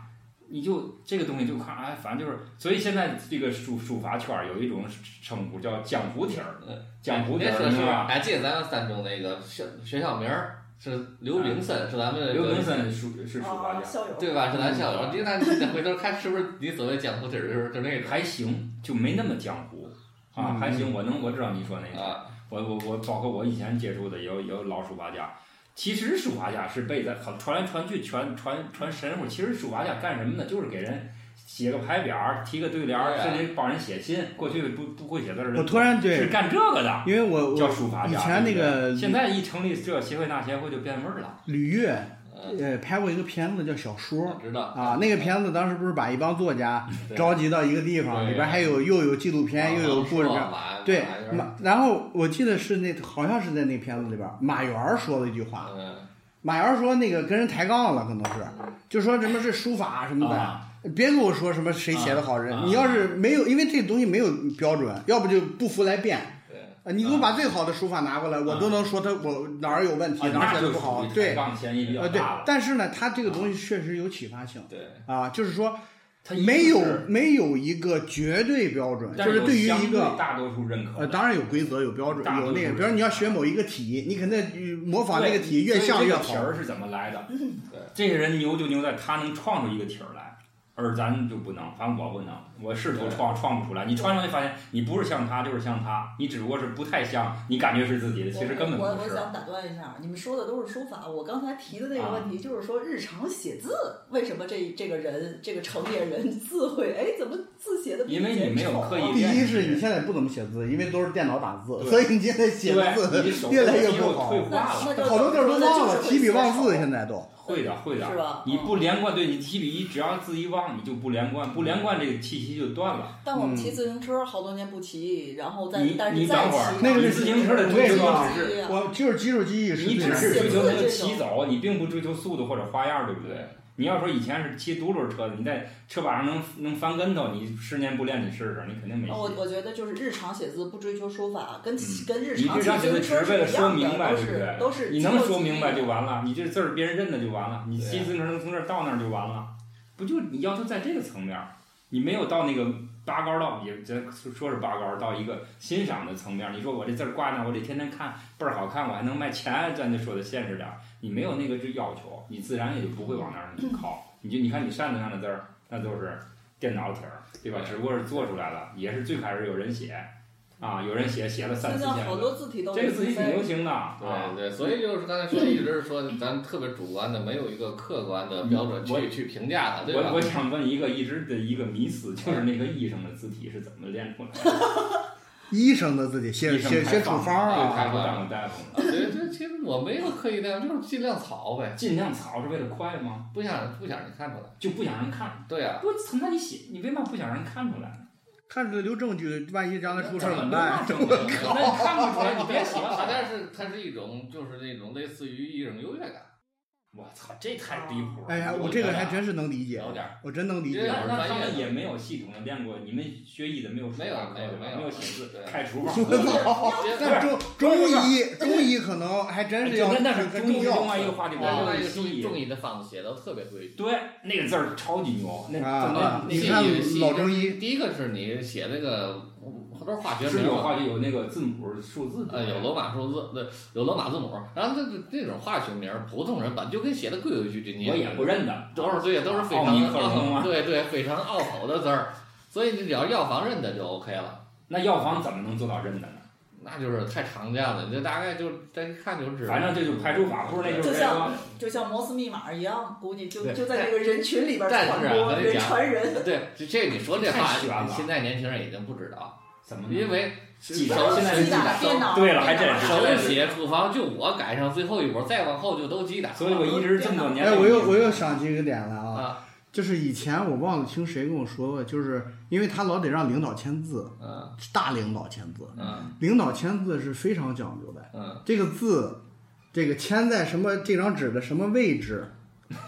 你就这个东西就看哎，反正就是，所以现在这个书书法圈儿有一种称呼叫江湖体儿嗯，江湖体别儿，说你是知道吧？还记得咱们三中那个学学校名儿是刘炳啊森，是咱们刘根森是书是书法啊，家，校友。对吧？是咱校友。你那你得回头看是不是你所谓江湖底儿，就是就那种还行，就没那么江湖啊，嗯还行。我能我知道你说那个，啊，我我我包括我以前接触的也有也有老书法家。其实书法家是被在好传来传去传传传神乎。其实书法家干什么呢？就是给人写个牌匾儿，提个对联儿，对啊甚至帮人写信。过去不不会写字儿的人，我突然是对，干这个的，因为我叫我书法家。以前那个对不对现在一成立这协会那协会就变味儿了。吕越嗯，呃拍过一个片子叫小说我知道呃啊，那个片子当时不是把一帮作家嗯对召集到一个地方，对里边还有又有纪录啊片又有故事片，马对马原，马，然后我记得是那好像是在那片子里边，马原儿说了一句话，嗯，马原儿说那个跟人抬杠了，可能是，就说什么是书法什么嗯的，啊别跟我说什么谁写的好人，啊啊你要是没有，因为这东西没有标准，要不就不服来辩。对，啊你给我把最好的书法拿过来，我都能说他我哪儿有问题，啊，哪儿那写就的不好属于。抬对，杠嫌疑比较呃对大，了。但是呢，他这个东西确实有启发性对，啊，就是说他没有没有一个绝对标准，但就是对于相一个。大多数认可的，呃，当然有规则、有标准、大多有那个，数啊比如你要学某一个体，你肯定呃模仿那个体对越像所以越这个好题。儿是怎么来的？嗯对这个人牛就牛在他能创出一个题儿来，而咱就不能，反正我不能，我试图创创不出来。你创上去发现你不是像他就是像他，你只不过是不太像，你感觉是自己的，其实根本我不我是。想打断一下，你们说的都是书法，我刚才提的那个啊问题就是说日常写字，为什么这这个人这个成年人字会哎怎么字写的因为你没有刻啊意第一是你现在不怎么写字，因为都是电脑打字，对所以你现在写对，你字手越来越肌不肉好退，化那了，那就好多字儿都忘了，提笔忘字现在在都。会的会是的。吧？你嗯不连贯，对你提笔一只要字一忘，你就不连贯，不连贯这个气息就断了。但我们骑自行车好多年不骑，然后再嗯你但你是等再会儿骑那个就是自行车的追是求啊自己啊我就是肌肉记忆是你最只难是的追求那个写字这种起走，你并不追求速度或者花样，对不对？你要说以前是骑独轮车的，你在车把上能能翻跟头，你十年不练你试试，你肯定没戏。啊我我觉得就是日常写字不追求说法，跟嗯跟日你常日常写写字字只是为了一说样的明白都对不是对都是你肌能肉说记明白忆就完了，你这字儿别人认得就完了，你对啊骑自行车能从这儿到那儿就完了，不就你要求在这个层面儿，你没有到那个拔高到也咱说是拔高到一个欣赏的层面儿，你说我这字儿挂那儿，我得天天看倍儿好看，我还能卖钱，咱就说的现实点儿，你没有那个这要求，你自然也就不会往那儿嗯去靠，你就你看你扇子上的字儿，那都是电脑体儿，对吧？对只不过是做出来了，也是最开始有人写。啊，有人写写了三现四在千好字多字体都这个自己挺在流行的，啊对对，所以就是刚才说，一直是说咱特别主观的，没有一个客观的标准嗯我去去评价它，对吧啊我我？想问一个一直的一个迷思，就是那个医生的字体是怎么练出 来的？医生的自己写医生写开写处放方啊大，夫当过大夫了，对对，其实我没有刻意那样，就是尽量草呗，尽量草是为了快吗？不想不想你看出来。就不想让人看，对呀、不从那里写，你为嘛不想让人看出来呢？看出来留证据，万一将来出事儿怎么那办？整啊那你看不出来，你别 写它了。但是它是一种就是那种类似于一种优越感，我操，这太离谱了！哎呀，我这个还真是能理解哎有，点儿我真能理解。那啊那他们也没有系统的练过，你们学医的没有书没有法课没有对吧没有没有写字对开除 吧。我操！哦接着那中中医中医可能还真是要哎那那是很中医是重另要啊外一个话题，另我外一就是个中西医。中医的方子写的特别规矩。对，那个字儿超级牛，那啊那！那你个看那个老中医，第一个是你写那个都是化学是名有嘛，话就有那个字母数字，呃，有罗马数字，对，有罗马字母。然后这这这种化学名儿，普通人本就跟写的规规矩矩，你我也不认得，都是对，都是非常奥米克隆吗对对，非常拗口的字儿。所以你只要药房认得就 OK 了，那药房怎么能做到认得呢？那就是太常见了，你这大概就再一看就知道。反正这就排除法，不是那就是就这像个。就像摩斯密码一样，估计就对就在这个人群里边但是啊传播，我跟你人讲传人。对，这这你说这太悬话了，嗯现在年轻人已经不知道，怎么因呢？为记手得现在手是机打电脑，对了还真是手写处方，就我赶上最后一波，再往后就都击打了。所以我一直这么多年，哎，我又我又想起一个点来啊啊，就是以前我忘了听谁跟我说过，就是因为他老得让领导签字，嗯大领导签字，嗯领导签字是非常讲究的。嗯，这个字，这个签在什么这张纸的什么位置？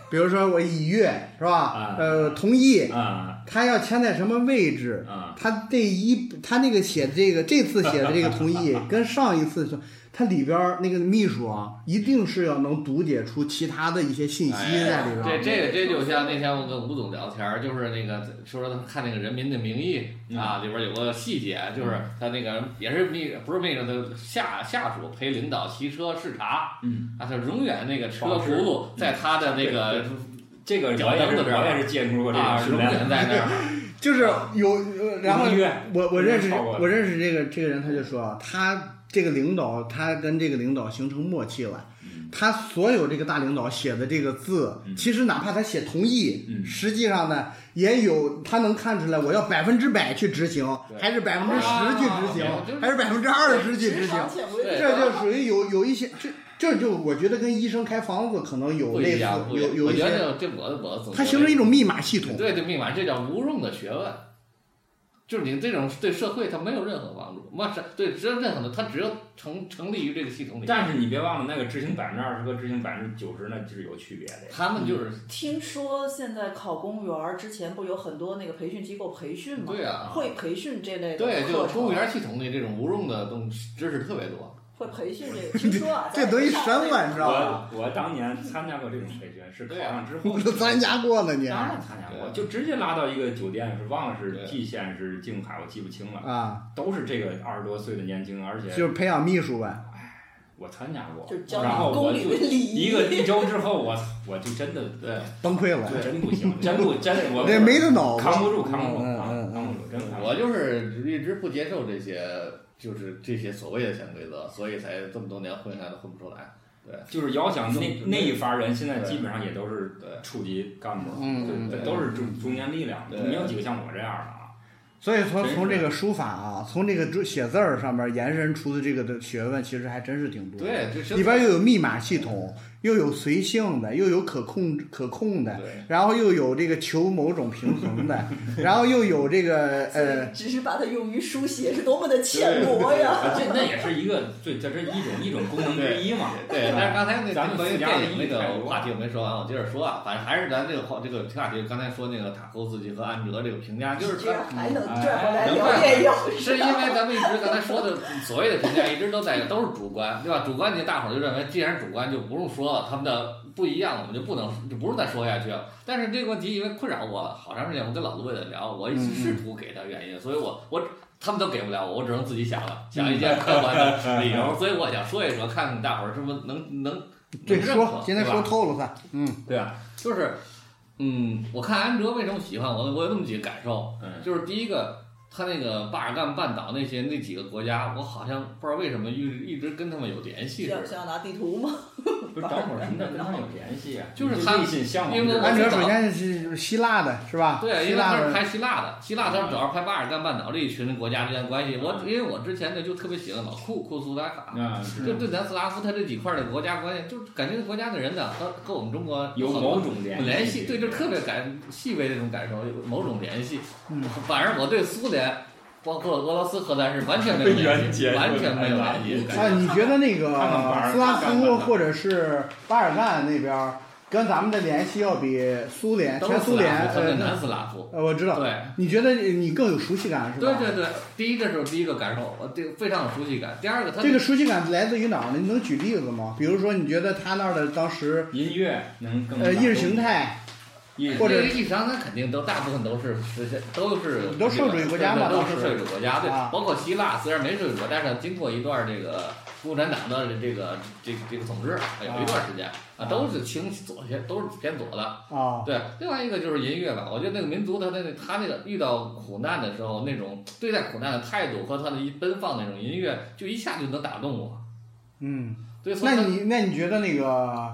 比如说我已阅是吧啊？呃，同意，啊他要签在什么位置？啊，他这一他那个写的这个这次写的这个同 意，跟上一次是，他里边儿那个秘书啊，一定是要能读解出其他的一些信息哎在里边哎这儿。这个这就像那天我跟吴总聊天儿，就是那个说他看那个《人民的名义》嗯啊，里边有个细节，就是他那个也是秘不是秘书，他下下属陪领导骑车视察，嗯，啊，他永远那个车轱辘在他的那个这个我也是我也是接触过这啊，个永远在那儿，就是有，呃然后医院我我认识没嗯有超过我认识这个这个人，他就说啊，他这个领导，他跟这个领导形成默契了。嗯他所有这个大领导写的这个字，嗯其实哪怕他写同意，嗯实际上呢也有他能看出来，我要百分之百去执行，对还是百分之十去执行，啊就是还是百分之二十去执行，常潜规则对这就属于有有一些这这就我觉得跟医生开房子可能有不类一似样，不一有样。有我一觉些，得这我我总它觉形得成一种密码系统。，对对密码，这叫无用的学问。就是你这种对社会它没有任何帮助，那是对只有任何的，它只有成成立于这个系统里。但是你别忘了，那个执行百分之二十和执行百分之九十，那就是有区别的。他们就是听说现在考公务员儿之前不有很多那个培训机构培训吗？对啊会培训这类的对，就课是公务程，员系统里这种无用的东西知识特别多。会培训这个。听说啊这东西在什么你知道吗？嗯我我当年参加过这种培训，是考上之后啊我都参加过呢，你啊当然参加过，就直接拉到一个酒店，是忘了是蓟县是静海，我记不清了，啊，都是这个二十多岁的年轻，而且就是培养秘书呗。我参加过就，教然后你我公理就跟礼仪。一个一周之后，我我就真的呃对，崩溃了，真不行，真不 真我这没得脑子，扛不住，扛不住嗯啊嗯，扛不住，真扛不我住。就是一直不接受这些，就是这些所谓的潜规则，所以才这么多年混下来都混不出来。就是遥想那那一伐人，现在基本上也都是对处级干部，嗯对，都是中中坚力量。对没有几个像我这样的啊。所以说真从是这个书法啊，从这个这写字儿上面延伸出的这个的学问，其实还真是挺多的。对，这里边又有密码系统，又有随性的，又有可控可控的，对然后又有这个求某种平衡的，然后又有这个呃，只是把它用于书写，是多么的浅薄呀！啊这那也是一个对，这这一种一种功能之一嘛。 对，但是刚才那咱们关于附加电的影意义那太个多话题我没说完，我接着说啊。反正还是咱这个话这个话题，刚才说那个塔科夫斯基和安哲这个评价，就是居他然还能转回来聊哎电影，是因为咱们一直刚才说的所谓的评价，一直都在都是主观，对吧？主观，你大伙儿就认为，既然主观，就不用说了，他们的不一样，我们就不能就不用再说下去了。但是这个问题因为困扰我了好长时间，我跟老陆也在聊，我试图给他原因，所以我我他们都给不了我，我只能自己想了，想一些客观 嗯的理由，所以我想说一说，看大伙儿是不是能能对，能认可说今天对吧说透了它，嗯，对啊，就是，嗯，我看安哲为什么喜欢我，我有那么几个感受，嗯就是第一个，他那个巴尔干半岛那些那几个国家，我好像不知道为什么一直一直跟他们有联系似想的。想拿地图吗？不是等会儿什么叫跟他有联系啊？ 就是你他内心向往因为之我外安知哲道首先是希腊的是吧？对，啊希因为他腊是的拍希腊的，希腊他们主要嗯拍巴尔干半岛这一群国家之间的关系。我因为我之前呢就特别喜欢老库库苏达卡，啊，就对南斯拉夫他这几块儿的国家关系，就是感觉这国家的人呢，和和我们中国有好多某种联系，联系，对，就特别感细微的这种感受，有某种联系。嗯，反正我对苏联，包括俄罗斯、核弹是完全没有被联冤系，结完全没有联系。哎啊，你觉得那个看看巴尔干斯拉干不夫干或者是巴尔干那边儿跟咱们的联系要比苏联、都是前斯苏联拉夫，和南呃，斯拉夫。呃我知道，对，你觉得你更有熟悉感是吧？对对对，第一这是第一个感受，我对非常有熟悉感。第二个，他这个熟悉感来自于哪儿呢？你能举例子吗？比如说，你觉得他那儿的当时音乐能更呃打意识动形态，意识或者这个意识上，它肯定都大部分都是都是都是社会主义国家嘛都都是是社会主义国家，对，啊包括希腊虽然没社会主义，但是经过一段这个共产党的这个这个、这个统治，啊有一段时间啊，都是倾左些，都是偏左的。啊，对，另外一个就是音乐吧，我觉得那个民族他那他那个遇到苦难的时候，那种对待苦难的态度和他的一奔放那种音乐，就一下就能打动我。嗯，对，所以那他你那你觉得那个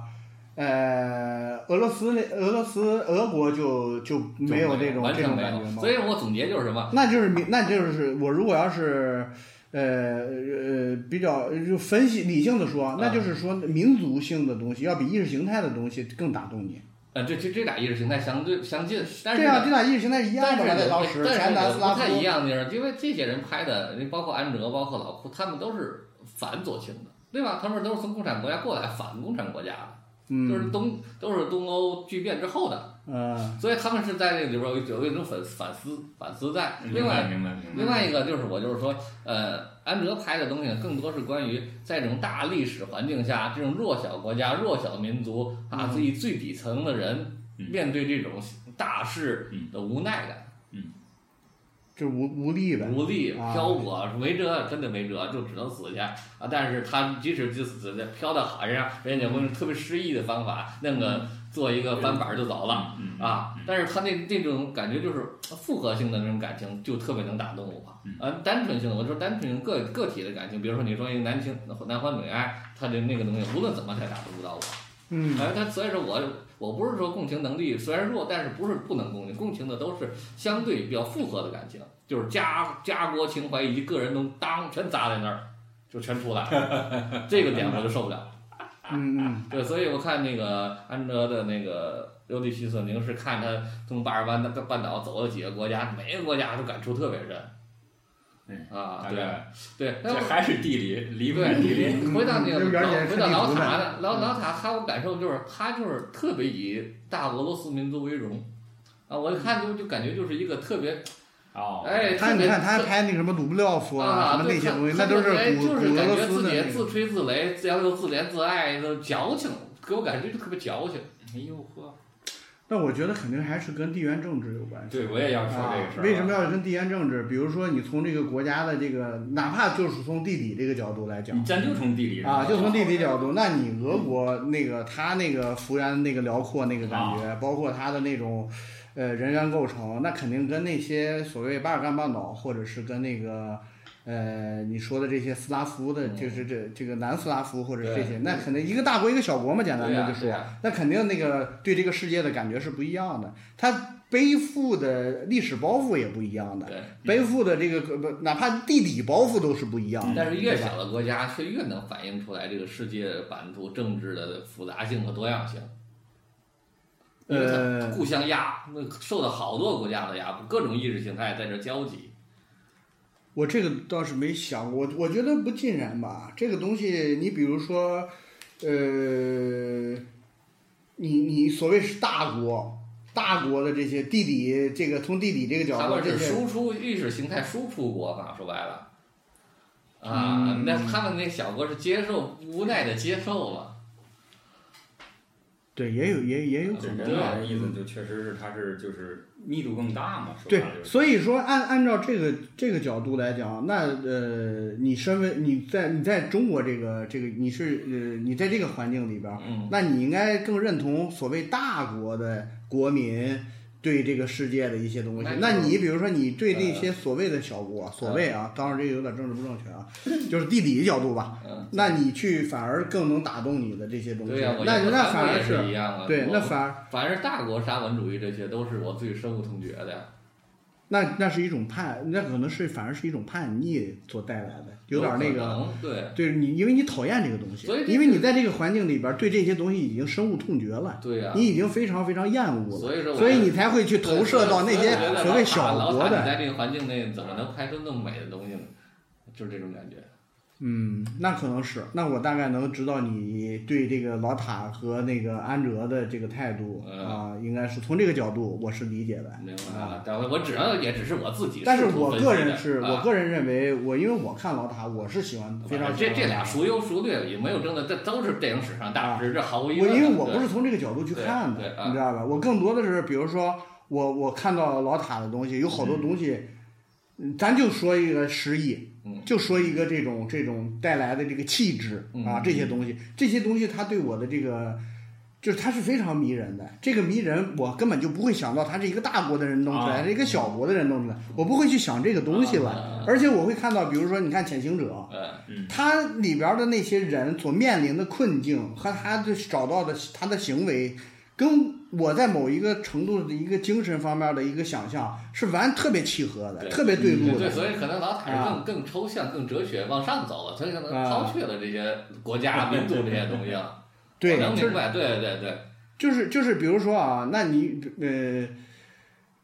呃俄罗斯那俄罗斯俄国就就就没有这种完这全种没感觉有。吗所？以我总结就是什么？那就是明那就是我如果要是。呃呃，比较就分析理性的说，啊嗯那就是说民族性的东西要比意识形态的东西更打动你。呃，这这这俩意识形态相对相近，但是对呢啊，这俩意识形态是一样但的是嘛，在有当时但前南是斯有拉不夫太一样的是，因为这些人拍的，包括安哲，包括老库，他们都是反左倾的，对吧？他们都是从共产国家过来，反共产国家的，就嗯是东都是东欧巨变之后的，嗯所以他们是在这里边有有一种反反思反思在。另明白外，明白明白另外一个就是我就是说，呃，安哲拍的东西更多是关于在这种大历史环境下，这种弱小国家、弱小民族啊，自己最底层的人嗯面对这种大事嗯的无奈感。就无无力呗。无力啊漂泊，没辙，真的没辙，就只能死去啊！但是他即使就死的飘到海上，人家用特别诗意的方法，弄个做一个翻板儿就走了嗯嗯啊！但是他那那种感觉就是复合性的那种感情，就特别能打动我嗯。呃，单纯性的，我说单纯性个个体的感情，比如说你说一个男情男欢女爱，他的那个东西，无论怎么他也打动不到我。嗯，哎，他所以说我我不是说共情能力虽然弱，但是不是不能共情，共情的都是相对比较复合的感情，就是家家国情怀以及个人能当全砸在那儿，就全出来了，这个点我就受不了。嗯嗯，对，所以我看那个安哲的那个《尤利西斯宁》是看他从巴尔干半岛走了几个国家，每个国家都感触特别深。嗯啊，大对概对，那这哎我还是地理离不开对，哎地理，回到那个嗯这老原点回到是老地图塔呗呢，老老塔，他我感受就是他就是特别以大俄罗斯民族为荣，啊，我一看就就感觉就是一个特别哦，哎，他特你别看他特拍那个什么鲁布廖夫啊，什么对那些特东特西，那都别哎古就是古俄感罗觉斯自的己那个。自吹自擂，自又自怜自爱，都矫情，给我感觉就特别矫情。哎呦呵，那我觉得肯定还是跟地缘政治有关系。对我也要说啊这个事儿，为什么要跟地缘政治？比如说，你从这个国家的这个，哪怕就是从地理这个角度来讲你，咱就从地理上啊，来就从讲地理角度，那你俄国那个它那个幅员那个辽阔那个啊感觉，包括它的那种呃人员构成，那肯定跟那些所谓巴尔干半岛或者是跟那个呃你说的这些斯拉夫的，嗯就是这这个南斯拉夫或者是这对些，那肯定一个大国一个小国嘛，简单对啊呀的就对说啊呀，那肯定那个对这个世界的感觉是不一样的。它背负的历史包袱也不一样的，对，背负的这个不哪怕地理包袱都是不一样的。但是越对吧小的国家却越能反映出来这个世界版图政治的复杂性和多样性。因为它呃互相压，那受到好多国家的压迫，各种意识形态在这交集。我这个倒是没想过，我我觉得不尽然吧。这个东西，你比如说，呃，你你所谓是大国，大国的这些地理，这个从地理这个角他度，们这是些输出意识形态输出国嘛，说白了，啊，嗯那他们那小国是接受，无奈的接受了。对也有也也有可这能。人来的意思就确实是它是就是密度更大嘛，说对白了，就是所以说按按照这个这个角度来讲，那呃，你身为你在你在中国这个这个你是呃你在这个环境里边儿，嗯，那你应该更认同所谓大国的国民对这个世界的一些东西那。就那是呃你比如说，你对那些所谓的小国，所谓啊，当然这个有点政治不正确啊，就是地理角度吧嗯。那你去反而更能打动你的这些东西。对啊呀，我那觉得那韩反国而也是是一样啊。对，我那反而反正大国沙文主义这些都是我最深恶痛绝的，那那是一种叛，那可能是反而是一种叛逆所带来的，有点那可个。能对。对你，因为你讨厌这个东西所以这，个因为你在这个环境里边儿对这些东西已经深恶痛绝了，对呀、你已经非常非常厌恶了。所以说我，所以你才会去投射到那些对所谓小老塔国你的，在这个环境内怎么能拍出那么美的东西呢？就是这种感觉。嗯，那可能是。那我大概能知道你对这个老塔和那个安哲的这个态度嗯啊，应该是从这个角度我是理解的。明白了，但我只能也只是我自己。嗯但是我个人是啊、我个人认为，我因为我看老塔，我是喜欢非常喜这欢这老俩塔孰优孰对也没有争论，这都是电影史上大师，这毫无疑我问的。因为我不对是从这个角度去对看对的，啊你知道吧？我更多的是比如说我我看到老塔的东西，有好多东西，嗯咱就说一个失忆，嗯就说一个这种这种带来的这个气质嗯啊，这些东西，这些东西它对我的这个。就是它是非常迷人的，这个迷人我根本就不会想到它是一个大国的人弄出来，啊是一个小国的人弄出来，我不会去想这个东西了。嗯啊而且我会看到，比如说你看《潜行者》，呃，嗯他里边的那些人所面临的困境和他的找到的他的行为，跟我在某一个程度的一个精神方面的一个想象是完特别契合的，对嗯特别对对路对，的。所以可能老塔啊是更更抽象、更哲学，往上走了，所以可能抛却了这些国家、民族这些东西了。啊对我，能就是明白，对对对，就是就是，比如说啊，那你呃，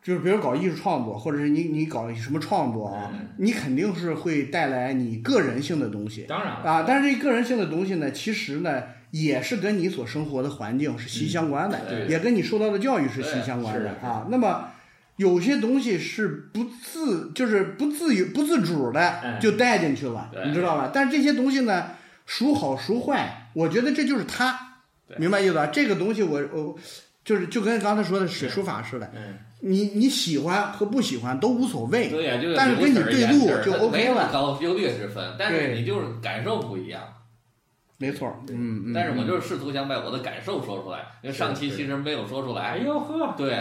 就是比如搞艺术创作，或者是你你搞什么创作啊，你肯定是会带来你个人性的东西。当然了，啊，但是这个人性的东西呢，其实呢也是跟你所生活的环境是息息相关的，对也跟你受到的教育是息息相关的对是啊。那么有些东西是不自，就是不自由、不自主的哎就带进去了，对你知道吧？但是这些东西呢，孰好孰坏，我觉得这就是它，对明白意思吧？这个东西我我就是就跟刚才说的水对书法似的，嗯，你你喜欢和不喜欢都无所谓，对呀，就是但是跟你有点对路就儿 OK 没有了高优劣之分，但是对你就是感受不一样。没错儿，对嗯，嗯但是我就是试图想把我的感受说出来，因为上期其实没有说出哎来。呦呵，对，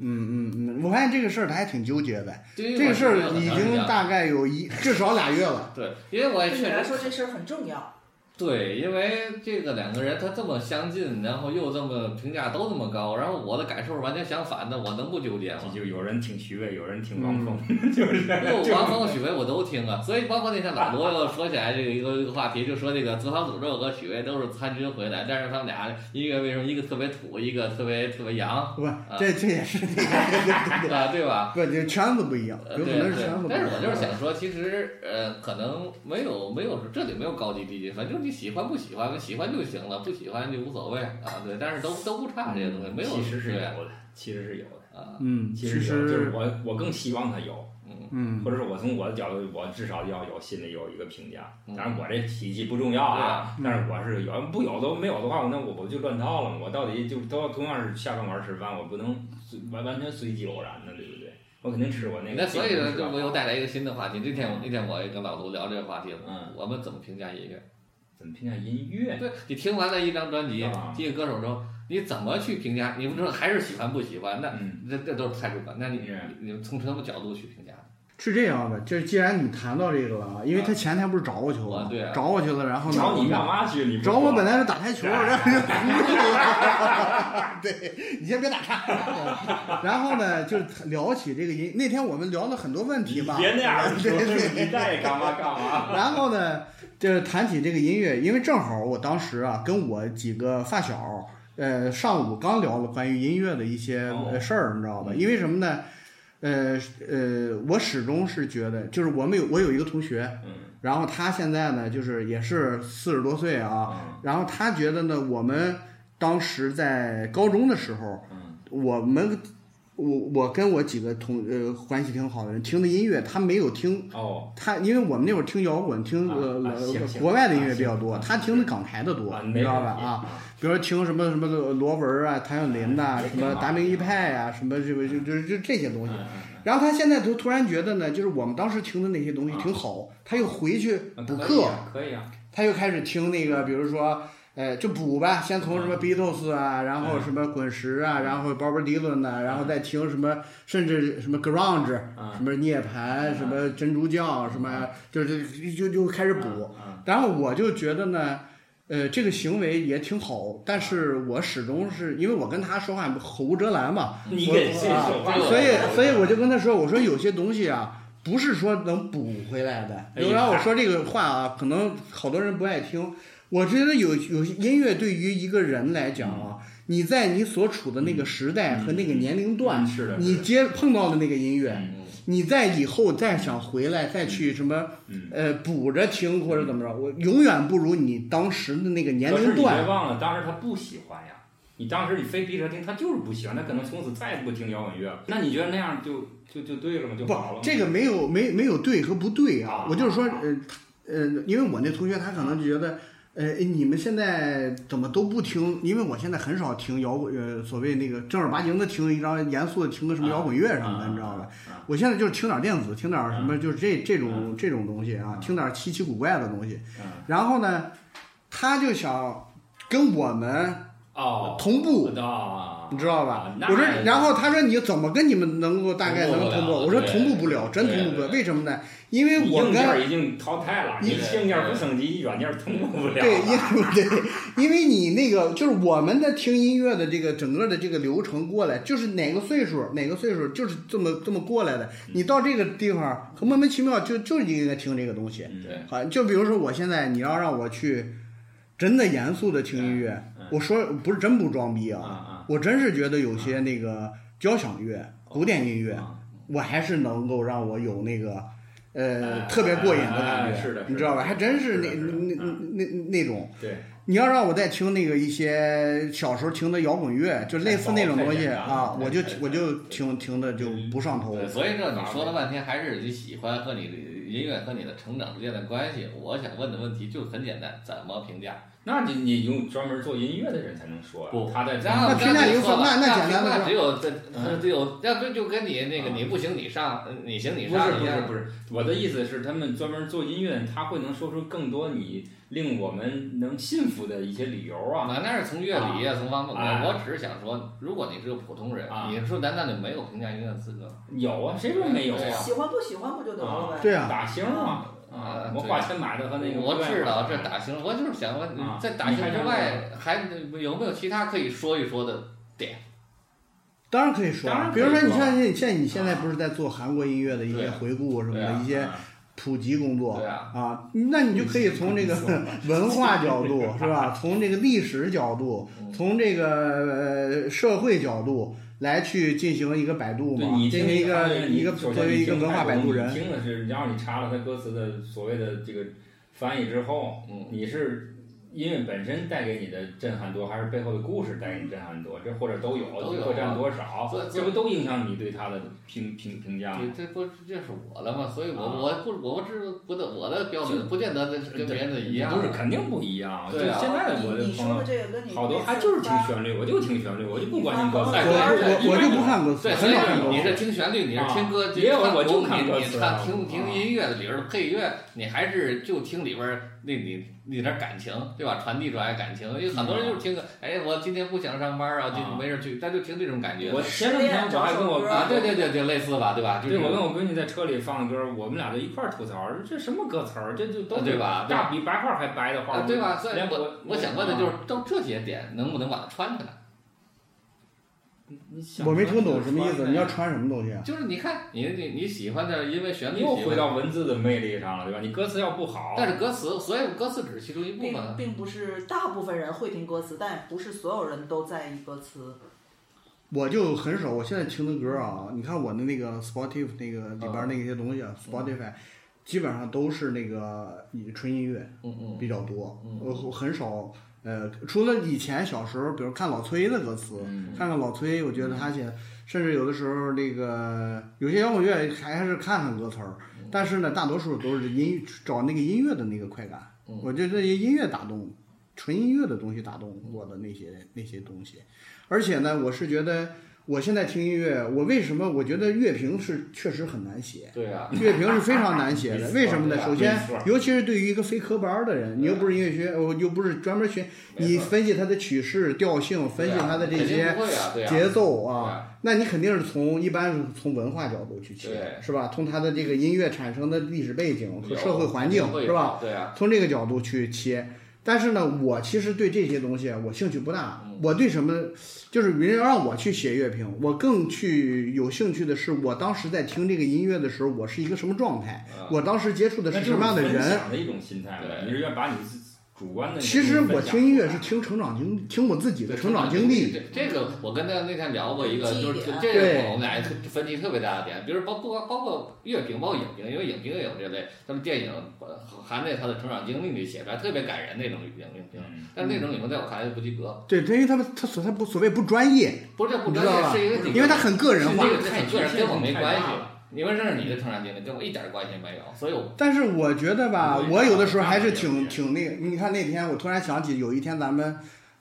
嗯嗯嗯，我发现这个事儿他还挺纠结的。对于这个事我是觉儿得已很难经讲大概有一至少俩月了。对，因为我也对你确来实说这事儿很重要。对，因为这个两个人他这么相近，然后又这么评价都这么高，然后我的感受是完全相反的，我能不纠结吗？就有人挺徐渭，有人挺王嗯峰， 就是 就王峰、许巍我都听啊，所以包括那天老罗又说起来这个一个一个话题，就说这个《自讨诅咒》和许巍都是参军回来，但是他们俩一个为什么一个特别土，一个特别特别洋不，这这也是 对对对对，啊，对吧？不，这圈子不一样，呃有可对能是对圈子不一样。啊但是我就是想说，其实呃，可能没有没有这里没有高低低级，反正你喜欢不喜欢，喜欢就行了，不喜欢就无所谓啊。对，但是都都不差这些东西，没有嗯其实是有对的，其实是有的，啊，嗯，其其实是有的就是实我我更希望他有，嗯，嗯或者是我从我的角度，我至少要有心里有一个评价嗯。当然，我这体系不重要啊，对啊但是我是有不有都没有的话，那我不就乱套了吗？我到底就都同样是下饭馆吃饭，我不能随完完全随机偶然的，对不对？我肯定吃我那个。那所以这个呢，吃就到我又带来一个新的话题。那天我那天我也跟老卢聊这个话题了，嗯我们怎么评价音乐？怎么评价音哎乐？对你听完了一张专辑啊，一个歌手之后，你怎么去评价？你不知道还是喜欢不喜欢？那嗯，这这都是态度感。那你嗯你你们从什么角度去评价？是这样的，就是既然你谈到这个了，啊因为他前天不是找我去了啊吗，对啊找我去了，然后呢，找你干嘛去？你不找我说本来是打台球，然后就 对你先别打岔。 然后呢，就是聊起这个银，那天我们聊了很多问题你嘛，别那样儿对说，对对你再干嘛干嘛。然后呢，就是谈起这个音乐，因为正好我当时啊，跟我几个发小，呃，上午刚聊了关于音乐的一些哦呃事儿，你知道吧？因为什么呢？呃呃，我始终是觉得，就是我们有我有一个同学，嗯然后他现在呢，就是也是四十多岁 啊，嗯然后他觉得呢，我们当时在高中的时候，嗯我们我我跟我几个同呃关系挺好的人听的音乐，他没有听哦他因为我们那会儿听摇滚，听啊呃啊呃行行国外的音乐比较啊多，行他听的港台的多啊，，你没知道吧？问题啊，比如说听什么什么的罗文啊、谭咏麟呐、嗯什么达明一派啊、什么这个就就就这些东西。嗯嗯然后他现在就突然觉得呢，就是我们当时听的那些啊东西挺好，他又回去嗯补可以课，啊可以啊，他又开始听那个，比如说，呃，就补吧，先从什么 Beatles 啊，然后什么滚石啊，然后 Bob Dylan 呐、然啊后再听什么，甚至什么 Grunge，嗯什么涅啊槃，什么珍珠酱，什么，就是就就就开始补。啊嗯然后我就觉得呢，呃，这个行为也挺好，但是我始终是因为我跟他说话口无遮拦嘛，嗯你我给我信啊手画对脚所以，所以啊我就跟他说，我说有些东西啊，不是说能补回来的。哎呀然后我说这个话啊，可能好多人不爱听。我觉得有有音乐对于一个人来讲嗯啊，你在你所处的那个时代和那个年龄段嗯，是的，你是的接碰到的那个音乐，嗯你在以后再想回来再去什么嗯。呃补着听或者怎么着，我永远不如你当时的那个年可是龄你别段。忘了，当时他不喜欢呀。你当时你非逼着听，他就是不喜欢，他可能从此再也不听摇滚乐了。那你觉得那样就就就对了吗？就不好了吗？，这个没有没没有对和不对啊啊，我就是说，呃，他呃，因为我那同学他可能就觉得，呃，你们现在怎么都不听？因为我现在很少听摇滚，呃，所谓那个正儿八经的听一张严肃的听个什么摇滚乐什么的，啊你知道吧？？啊我现在就是听点电子，听点什么，就是这这种这种东西啊，啊听点稀奇古怪的东西。嗯然后呢，他就想跟我们哦，同步，啊，你知道吧啊？那我说，然后他说你怎么跟你们能够大概能同步？我同步不了说同步不了，真同步不对了。对为什么呢？因为我硬跟件儿已经淘汰了，你你硬件儿不升级，软件儿同步不了。对，因为对，因为你那个就是我们的听音乐的这个整个的这个流程过来，就是哪个岁数哪个岁数就是这么这么过来的。嗯你到这个地方，很莫名其妙就就应该听这个东西。嗯对好，就比如说我现在你要让我去真的严肃的听音乐嗯嗯，我说不是真不装逼啊啊，啊，我真是觉得有些那个交响乐、古典音乐。啊我还是能够让我有那个，呃，哎特别过瘾的感哎觉，是的是的你知道吧？还真是那是的嗯那是的那那那种，对，你要让我再听那个一些小时候听的摇滚乐，就类似那种东太西简单了啊，太我就简单嗯我就了听听的就不上头对，所以说你嗯说了半天还是你喜欢和你的音乐和你的成长之间的关系。我想问的问题就很简单，怎么评价？那你你用专门做音乐的人才能说呀啊不他在那评价就零分错了那那那简单评价的说只有这嗯只有要不就跟你那个啊你不行你上，呃你行你不是上一不是样。不是，我的意思是，他们专门做音乐，他会能说出更多你令我们能信服的一些理由啊。啊，那是从乐理啊，从方法。哎我我只是想说，如果你是个普通人啊，你说难道你没有评价音乐的资格吗？有啊，谁说没有对啊？喜欢不喜欢不就得了呗？对啊，打星啊，啊啊，我花钱买的啊和那个我知道这打打星，我就是想问，啊在打星你还之想外，还有没有其他可以说一说的？当然可以说当啊然，可比以如说你说像现现你现在不是在做韩国音乐的一对些啊回顾什么对的啊一些普及工作对啊，啊，嗯那你就可以从这个文化角 度是吧？从这个历史角度， 从这个呃社会角度来去进行一个摆渡对嘛，你进听行一他的个你一个首作先为你一个听文化泰国摆你渡人，听的是，然后你查了他歌词的所谓的这个翻译之后，嗯，你是音乐本身带给你的震撼多，还是背后的故事带给你震撼多？这或者都有，都有啊各占多少这？这不都影响你对他的评评评价这吗？这不这是我了吗？所以我啊我不我不知不的我的标准不见得跟别人的一样。啊不是，肯定不一样。对啊就现在的我你的你朋说友的，这个跟你好多他就是听旋律，我就听旋律，我就不关心歌词。你我发对朋友圈对我我就不看歌词，对，所很以少看歌你词。是听旋律，你是啊听歌，也有看我就你看歌你词看啊听听啊音乐的，比如说配乐，你还是就听里边儿那你一点感情，对吧？传递出来感情，因为很多人就是听个，哎，我今天不想上班啊，啊就没事去，他就听这种感觉。我前两天我还跟我啊，对对对对对，类似吧，对吧？就是对，我跟我闺女在车里放歌，我们俩就一块儿吐槽，这什么歌词儿，这就都啊是对吧对吧大比白话还白的话啊，，对吧？所以连我我我想问的就是，到这些点能不能把它穿起来？你想我没听懂什么意思，穿你要穿什么东西啊？就是你看，你你你喜欢的，因为旋律又喜回欢，到文字的魅力上了，对吧？你歌词要不好，但是歌词，所以歌词只是其中一部分并啊。并不是大部分人会听歌词，但不是所有人都在意歌词。我就很少，我现在听的歌啊，你看我的那个 Spotify 那个里嗯边那些东西啊，Spotify 基本上都是那个纯音乐嗯嗯比较多嗯，我我很少。呃，除了以前小时候，比如看老崔的歌词，嗯看看老崔，我觉得他写，甚至有的时候那个有些摇滚乐还是看看歌词儿，嗯但是呢，大多数都是音找那个音乐的那个快感。嗯我觉得这些音乐打动，纯音乐的东西打动我的那些那些东西。而且呢，我是觉得我现在听音乐，我为什么我觉得乐评是确实很 难写，对啊，乐评是非常难写没 的，错为什么呢？对吧啊首先没错，尤其是对于一个非科班儿的人，你又不是音乐学，我又不是专门学，没你错分析它的曲式、调性，分析对啊它的这肯定些不会啊，对啊，节奏对啊，啊，那你肯定是从一般是从文化角度去切对，是吧？从它的这个音乐产生的历史背景和有社会环境肯定，会是吧？？对啊，从这个角度去切。但是呢，我其实对这些东西我兴趣不大嗯，我对什么就是别人让我去写乐评，我更去有兴趣的是我当时在听这个音乐的时候，我是一个什么状态，啊我当时接触的那是就什么样的分人。享的一种心态嘛对你是愿把你自己主观的那种其实我分享听音乐是听成长经，听我自己的成长经历。对这个我跟他那天聊过一个，记忆就是点啊这个对我们俩分歧特别大的点，比如包括包括乐评，包括影评，因为影评也有这类，他们电影呃含在他的成长经历里写出来，特别感人那种影影评。嗯但是那种影评在我看来就不及格，对，因为他们他所他不所谓不专业，不是不你专知道业，吧是因为你因为他很个是人那化。个太个人跟我没太关系大了。你们这是你的成长经历，跟我一点关系没有，所以我但是我觉得吧，嗯我有的时候还是对挺挺那个。你看那天我突然想起，有一天咱们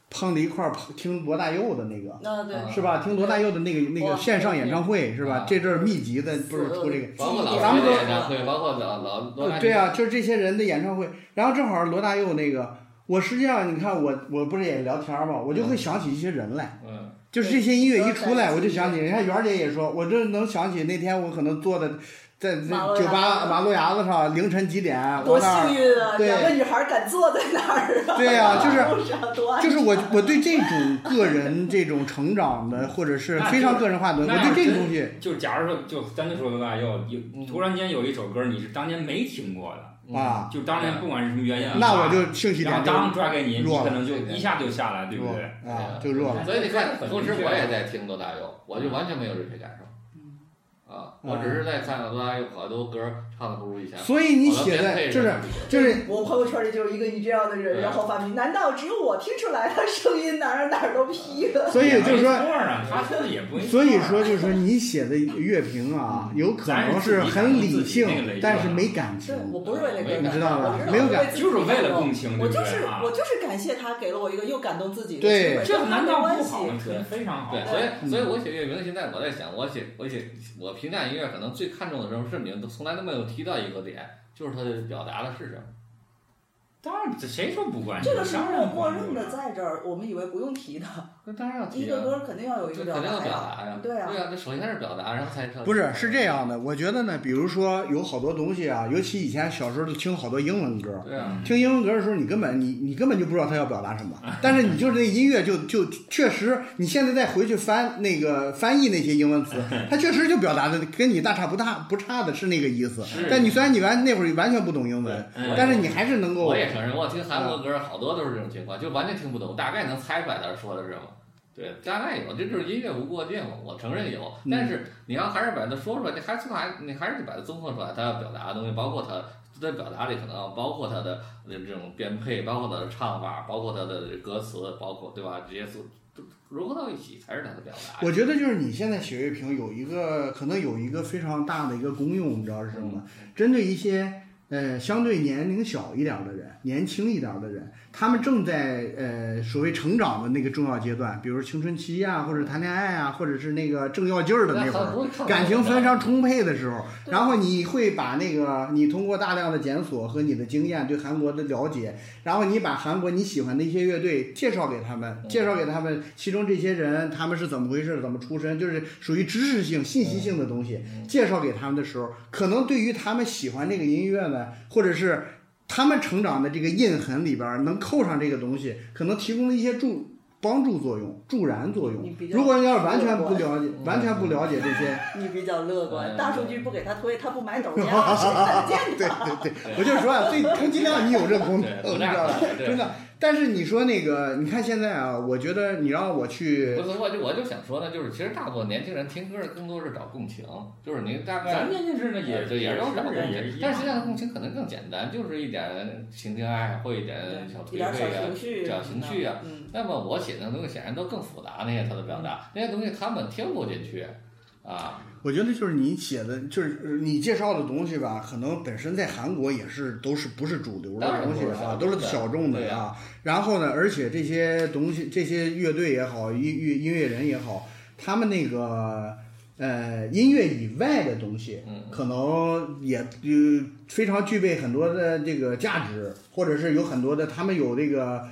碰到一块儿听罗大佑的那个，那嗯对，是吧？听罗大佑的那个那个哇线上演唱会是啊吧？这阵儿密集的不是出这个，包括老师咱们的都演唱会，包括老老罗大对啊，就是这些人的演唱会。然后正好罗大佑那个，我实际上你看我我不是也聊天儿嘛，我就会想起一些人来。嗯，就是这些音乐一出来，我就想起，你看媛儿姐也说，我这能想起那天我可能坐的在马那路酒牙吧子马路牙子上，凌晨几点，多我那儿幸运啊！对两个女孩敢坐在那儿啊！对呀就是路上 多安就是我全我对这种个人这种成长的，或者是非常个人化的，那我就是对这个东西，就假如说，就咱就说罗大佑，有突然间有一首歌你是当年没听过的，嗯啊，就当年不管是什么原因啊，那我就兴趣然点后就啊当嗯抓给你，你弱了可能就一下就下来，对不弱对？啊，就弱了。所以你看，同时我啊也在听罗大佑，我就完全没有这些感嗯受。啊，我只是在看罗大佑好多歌唱的不如以前好。嗯所以你好多写编配的就上不是及格就是我朋友圈里就是一个你这样的人，对然后发明，难道只有我听出来他声音哪儿哪儿都劈了？所以就是没说错儿啊，他说的也不啊没错所儿以说，就是说你写的乐评啊，有可能是很理性，但是没感情对，，我不是为了歌，没你知道吧我知道没有我感自己就是为了感动共情，我对不就是对啊我？就是感谢他给了我一个又感动自己的对机会，这跟他难没道关不系好吗？这非常好对，。所嗯以所以我写乐评，现在我在想，我写我写我评价音乐，可能最看重的时候是你们都从来都没有提到一个点，就是它的表达的是什么。当然，这谁说不关心？这个是当默然默关心认的了在这儿，我们以为不用提的，那当然要一提个啊，歌肯定要有一这个肯表定要达表呀。达呀。对啊对啊，这首先是表达，然后才不是是这。样的。我觉得呢，比如说有好多东西啊，尤其以前小时候听好多英文歌，对嗯啊，听英文歌的时候，你根本你你根本就不知道他要表达什么，但是你就是那音乐就就确实，你现在再回去翻那个翻译那些英文词，它确实就表达的跟你大差不大不差的是那个意思是。但你虽然你完那会儿完全不懂英文，嗯但是你还是能够我也承认，我听韩国嗯歌好多都是这种情况，就完全听不懂，大概能猜出来他说的是什么。对，大概有，这就是音乐无国界嘛，我承认有。嗯但是你要还是把它说出来，你还是还你还是得把它综合出来，它要表达的东西，包括它在表达里可能要包括它的呃这种编配，包括它的唱法，包括它的歌词，包括对吧？这些都都融合到一起才是它的表达。我觉得就是你现在写乐评有一个可能有一个非常大的一个功用，你知道是什么吗？针对一些呃相对年龄小一点儿的人、年轻一点儿的人，他们正在呃所谓成长的那个重要阶段，比如青春期啊，或者谈恋爱啊，或者是那个正要劲儿的那会儿，儿感情非常充沛的时候，对然后你会把那个你通过大量的检索和你的经验对韩国的了解，然后你把韩国你喜欢的一些乐队介绍给他们，嗯介绍给他们，其中这些人他们是怎么回事，怎么出身，就是属于知识性、信息性的东西。介绍给他们的时候，可能对于他们喜欢这个音乐呢，或者是他们成长的这个印痕里边儿能扣上这个东西，可能提供了一些助帮助作用、助燃作你用比。较如果要是完全不乐了解、嗯完全不了解这些。你比较乐观，嗯大数据不给他推，他不买抖 音，谁敢见对他？对对，我就说啊，这充其量你有这功能，对，你不知道吧？对，真的。 但是你说那个，你看现在啊，我觉得你让我去不，是，我就我就想说呢，就是其实大部分年轻人听歌更多是找共情，就是你啊大概咱年轻时呢也对，也是找共人也情是，一样，但实际上共情可能更简单，就是一点情情爱或一点小一推点小背情啊。绪，小情绪啊，嗯，那么我写的东西显然都更复杂那些他的表达，嗯那些东西他们听不进去，啊，我觉得就是你写的，就是呃你介绍的东西吧，可能本身在韩国也是都是不是主流当的然东西不是啊，主都流的是小众的对啊呀、呀然后呢，而且这些东西，这些乐队也好，音乐音乐人也好，他们那个呃音乐以外的东西，嗯，可能也呃非常具备很多的这个价值，或者是有很多的他们有这个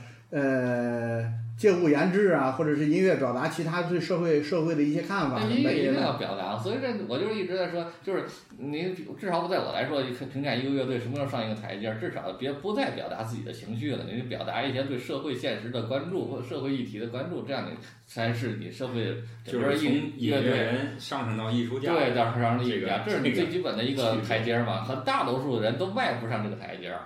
呃借物言志啊，或者是音乐表达其他对社会社会的一些看法那什音么乐的一啊也定要表达，所以这我就是一直在说，就是你至少不在我来说，你看评价一个乐队什么时候上一个台阶儿，至少别不再表达自己的情绪了，你就表达一些对社会现实的关注或社会议题的关注，这样你才是你社会整就个是从音音乐乐队。人上升到艺术家，对，到上的这力个量，这是你这个最基本的一个台阶儿嘛。很大多数人都迈不上这个台阶儿，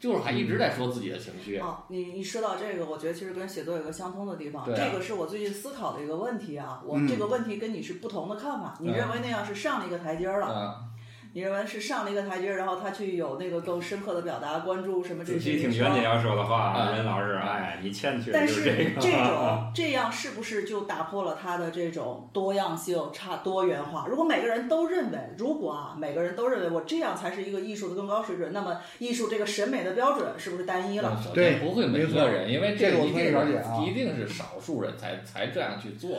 就是还一直在说自己的情绪。哦，你一说到这个，我觉得其实跟写作有个相通的地方。对啊这个是我最近思考的一个问题啊。我嗯这个问题跟你是不同的看法。你嗯认为那样是上了一个台阶儿了，嗯，你认为是上了一个台阶儿，然后他去有那个更深刻的表达、关注什么这仔些。细听袁姐要说的话啊，嗯任老师，哎，你欠缺的但就是这个。啊这种这样是不是就打破了他的这种多样性、差多元化？如果每个人都认为，如果啊每个人都认为我这样才是一个艺术的更高水准，那么艺术这个审美的标准是不是单一了？嗯首嗯对先不会每没错个人，因为这个我一可以定了解啊一定是少数人才才这样去做。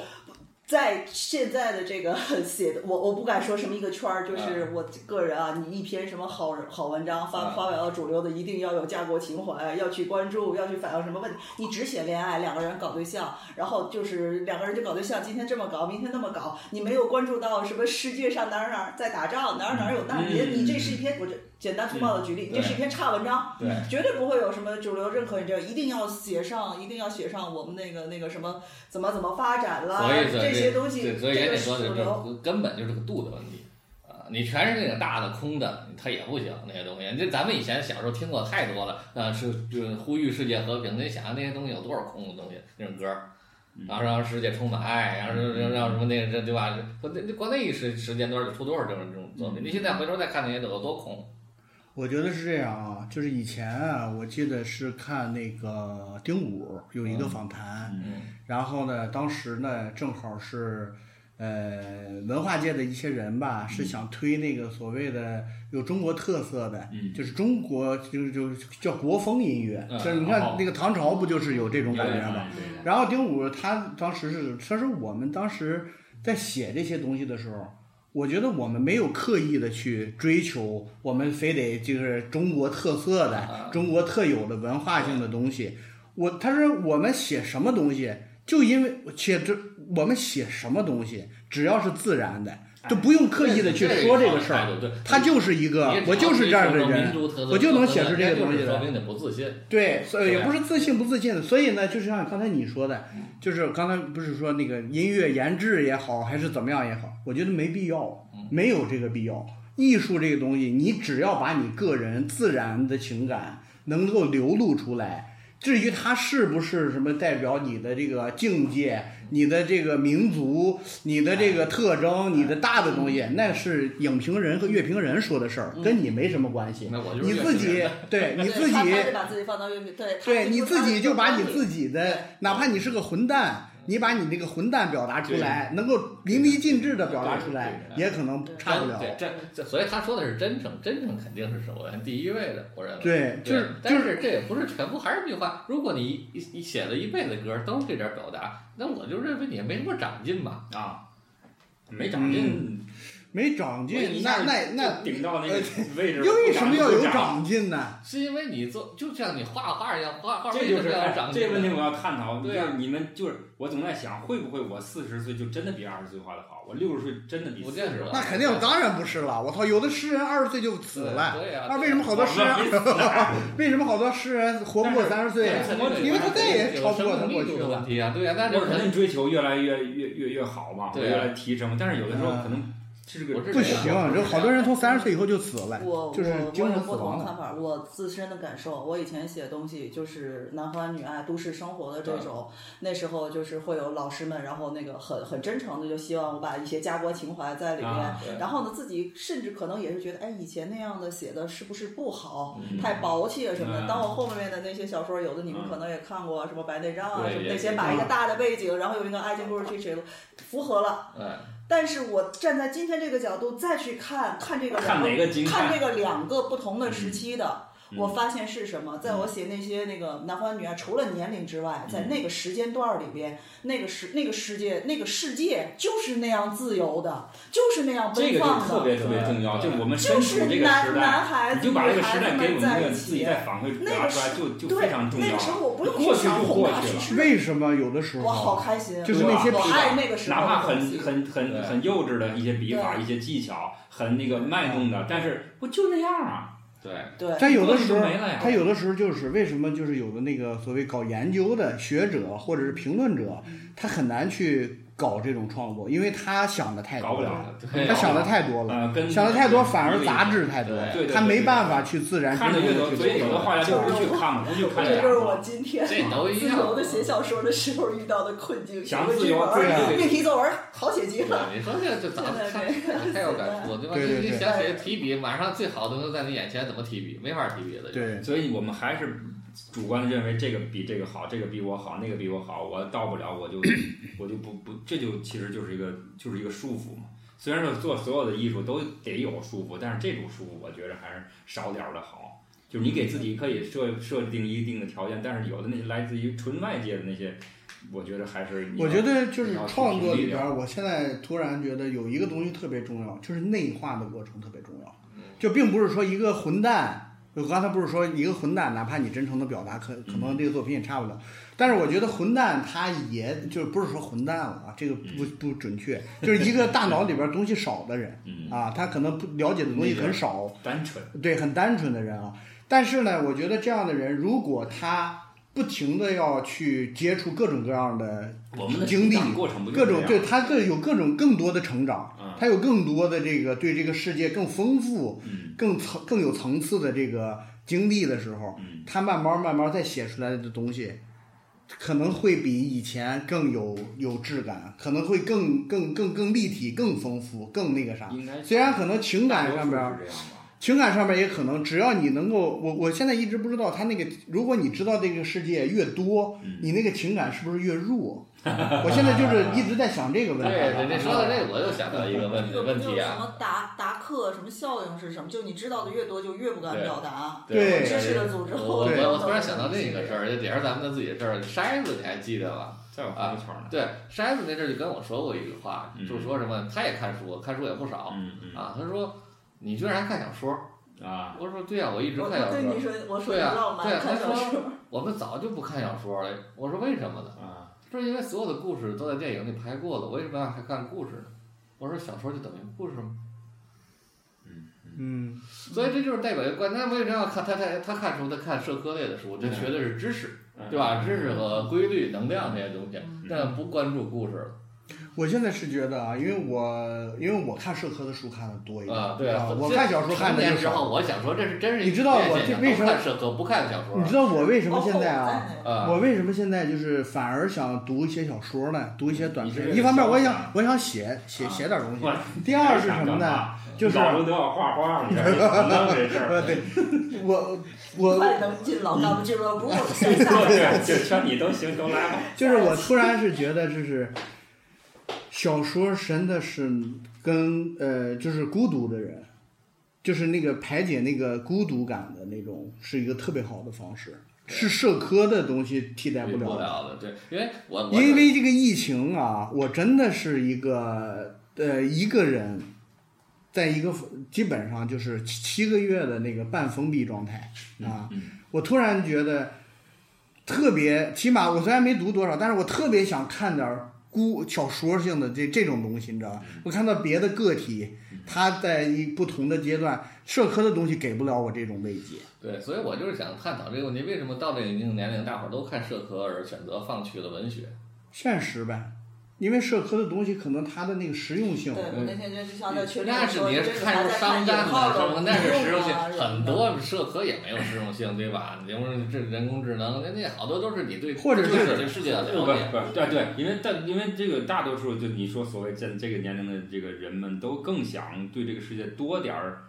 在现在的这个写的，我我不敢说什么一个圈儿，就是嗯我个人啊，你一篇什么好好文章发嗯发表到主流的，一定要有家国情怀，要去关注，要去反映什么问题。你只写恋爱，两个人搞对象，然后就是两个人就搞对象，今天这么搞，明天那么搞，你没有关注到什么世界上哪儿哪儿在打仗，哪儿哪儿有难民，嗯你这是一篇，我这简单粗暴的举例，你这是一篇差文章，对，绝对不会有什么主流认可你这个，一定要写上，一定要写上我们那个那个什么怎么怎么发展啦，所以说这些东西，对，这所以也个得是说，主这流。个根本就是个度的问题啊！你全是那个大的空的，它也不行那些东西。这咱们以前小时候听过太多了，呃，是就是呼吁世界和平。你想想那些东西有多少空的东西，那种歌儿嗯。然后让世界充满爱，然嗯后让让什么那个这对吧？国内国内一时时间段就出多少这种这种作嗯品？你现在回头再看那些都有多空？我觉得是这样啊，就是以前啊，我记得是看那个丁武有一个访谈，嗯然后呢，当时呢正好是，呃，文化界的一些人吧，是想推那个所谓的有中国特色的，嗯就是中国就是就叫国风音乐，嗯就是你看哦那个唐朝不就是有这种有感点觉儿吗？吧嗯对然后丁武他当时是，他说我们当时在写这些东西的时候，我觉得我们没有刻意的去追求，我们非得就是中国特色的啊、中国特有的文化性的东西。我他说我们写什么东西，就因为写这我们写什么东西，只要是自然的，就不用刻意的去说这个事儿。，对，他就是一个，我就是这样的人，我就能写出这个东西来说明你不自信。对，所以也对不是自信不自信的，所以呢，就是像刚才你说的，就是刚才不是说那个音乐研制也好，还是怎么样也好，我觉得没必要，没有这个必要。艺术这个东西，你只要把你个人自然的情感能够流露出来，至于它是不是什么代表你的这个境界、你的这个民族、你的这个特征、你的大的东西，那是影评人和乐评人说的事儿，跟你没什么关系。那我就是你自己嗯对你对自己他他是把自己放到乐评，对，他对就你说自他己是就更把高你级自己的，哪怕你是个混蛋，你把你那个混蛋表达出对来，能够淋漓尽致的表达对出来，对也可能差不了。对，这这，所以他说的是真诚，真诚肯定是首先第一位的，我认为。对，就对是就但是是这也不是全部，还是那句话，如果你一一一写了一辈子歌都是这点表达，那我就认为你也没什么长进吧。啊，没长嗯进，没长我一进，下那就那那顶到那个位 置，为什么要有不长？长进呢？是因为你做，就像你画画一样，画画这为就什是哎么哎要长进这呢？问题我要探讨。对啊就是你们就是我总在想，会不会我四十岁就真的比二十岁画的好？我六十岁真的比不40见得岁那肯定当然不是了。我操，有的诗人二十岁就死了，对呀、啊，为什么好多诗人我们没死啊为什么好多诗人活不过三十岁对啊？但是我因为他再也超不过他过过去的问了。题啊，对呀、但是我肯定追求越来越越越越好嘛，我对啊越来提升。但是有的时候嗯可能这个我是不这样行，啊这好多人从三十岁以后就死了，我就是我精我有神死不同亡的了。看法，我自身的感受，我以前写东西就是男欢女爱、都市生活的这种，那时候就是会有老师们，然后那个很很真诚的就希望我把一些家国情怀在里面，啊对然后呢自己甚至可能也是觉得，哎，以前那样的写的是不是不好？嗯太薄气啊什么的。嗯当我后面的那些小说，有的你们嗯可能也看过，什么《白内障》啊，对什么也那些，也把一个嗯大的背景，然后有一个爱情故事去写，符合了。哎，但是我站在今天这个角度再去看看这个两看哪个精看彩这个两个不同的时期的，嗯我发现是什么？在我写那些那个男欢女爱，除了年龄之外，嗯在那个时间段里边，那个时那个世界那个世界就是那样自由的，就是那样这奔个就放特的。别特别重要，对就是我们身就处是这个时男男代，孩你子就女把这个孩时子代给我们们在一个一自己起，再反馈那表达个出来，时就就非对常重要。那个时候我不用过去去就想宏过大去叙了事，为什么有的时我好候开心，就是那些我笔我爱那个时候哪的怕很东西很很对很幼稚的一些笔法、对一些技巧，很那个卖弄的，但是不就那样啊？对，对他有的时候过去就没了呀，他有的时候就是为什么就是有的那个所谓搞研究的学者或者是评论者，他很难去搞这种创作，因为他想的太搞不多了了，了，对他想的太多了，呃，跟想的太多反而杂质太多对对，对他没办法对去自然看真的越正多，的去所以有的做。画家就不去看嘛，不去看这就是我展今天这都 一自样。由的写小说的时候遇到的困境，想写个自剧由本对啊儿，命题作文儿好写极了。对，你说 这这咋对对对啊太太有感触了，对吧？对对你对你想写提笔，马上最好的东西在你眼前，怎么提笔？没法提笔了。就，对，所以我们还是主观的认为这个比这个好，这个比我好，那个比我好，我到不了我就我就不不，这就其实就是一个就是一个束缚嘛。虽然说做所有的艺术都得有束缚，但是这种束缚我觉得还是少点儿的好。就是你给自己可以设设定一定的条件，但是有的那些来自于纯外界的那些，我觉得还是你要我觉得就是创作里边儿，我现在突然觉得有一个东西特别重要，就是内化的过程特别重要，就并不是说一个混蛋。我刚才不是说一个混蛋，哪怕你真诚的表达，可可能这个作品也差不了。但是我觉得混蛋他也就不是说混蛋了啊，这个不不准确，就是一个大脑里边儿东西少的人嗯啊，他可能不了解的东西很少，单纯，对，很单纯的人啊。但是呢，我觉得这样的人，如果他不停的要去接触各种各样的我们的经历成长过程不就各是种，这对样他各有各种更多的成长嗯，他有更多的这个对这个世界更丰富、嗯更层更有层次的这个经历的时候，嗯他慢慢慢慢再写出来的东西，可能会比以前更有有质感，可能会更更更更立体、更丰富、更那个啥。应该啊虽然可能情感上边儿多数是这样吧，情感上面也可能，只要你能够，我我现在一直不知道他那个，如果你知道这个世界越多，嗯你那个情感是不是 越弱？我现在就是一直在想这个问题。对对，这说到这，个，我又想到一个问问题什 啊。么达达克什么效应是什么？就你知道的越多，就越不敢对表达。对知识的组织我后，对我我突然想到另一个事儿，也是咱们的自己的事儿，筛子你还记得吧？在我朋友圈呢，对，筛子那阵儿就跟我说过一句话，嗯就是说什么他也看书，看书也不少嗯嗯啊。他说你居然还看小说？嗯啊，我说对呀、我一直我看小我对说你。说，我说对你啊浪对啊漫，看小他说。我们早就不看小说了。我说为什么呢？啊，他说因为所有的故事都在电影里拍过了，我为什么要还看故事呢？我说小说就等于故事吗？嗯，所以这就是代表一个观，那为什么要看他他他看书，他看社科类的书，这学的是知识，嗯对吧？知识和规律、能量这些东西，嗯但不关注故事了。我现在是觉得啊，因为我因为我看社科的书看的多一点啊，对啊，很我看小说看的成就年之少。后，我想说这是真是你知道我这为什么不看社科，不看小说嗯你知道我为什么现在啊？哦哦啊？我为什么现在就是反而想读一些小说呢？读一些短嗯你是这篇。个一方面，我也想想法我想写写啊写点东西我。啊第二是什么呢？就是老了都要画画，你看怎么弄这事呃， 儿？对，我我快能进老干部俱 乐部，山下对对，就全你都行，都来吧。就是我突然是觉得，就是小说真的是跟呃，就是孤独的人，就是那个排解那个孤独感的那种，是一个特别好的方式，是社科的东西替代比不不了的。了的，对，因为我我因为这个疫情啊，我真的是一个呃一个人，在一个基本上就是七七个月的那个半封闭状态啊，我突然觉得特别，起码我虽然没读多少，但是我特别想看点儿孤小说性的这这种东西，你知道吧？我看到别的个体，他在一不同的阶段，社科的东西给不了我这种慰藉。对，所以我就是想探讨这个问题，为什么到这个一定年龄，大伙儿都看社科而选择放弃了文学？现实呗，因为社科的东西可能它的那个实用性对，我那天就就像在群里嗯那是说，你这是个看还入在商看战引的，号什么的那是实用性啊，什么很的多社科也没有实用性，对吧？你们这人工智能，那那好多都是你对或者就是是对世界的不了不解。不，对对，因为但因为这个大多数就你说所谓这这个年龄的这个人们都更想对这个世界多点儿，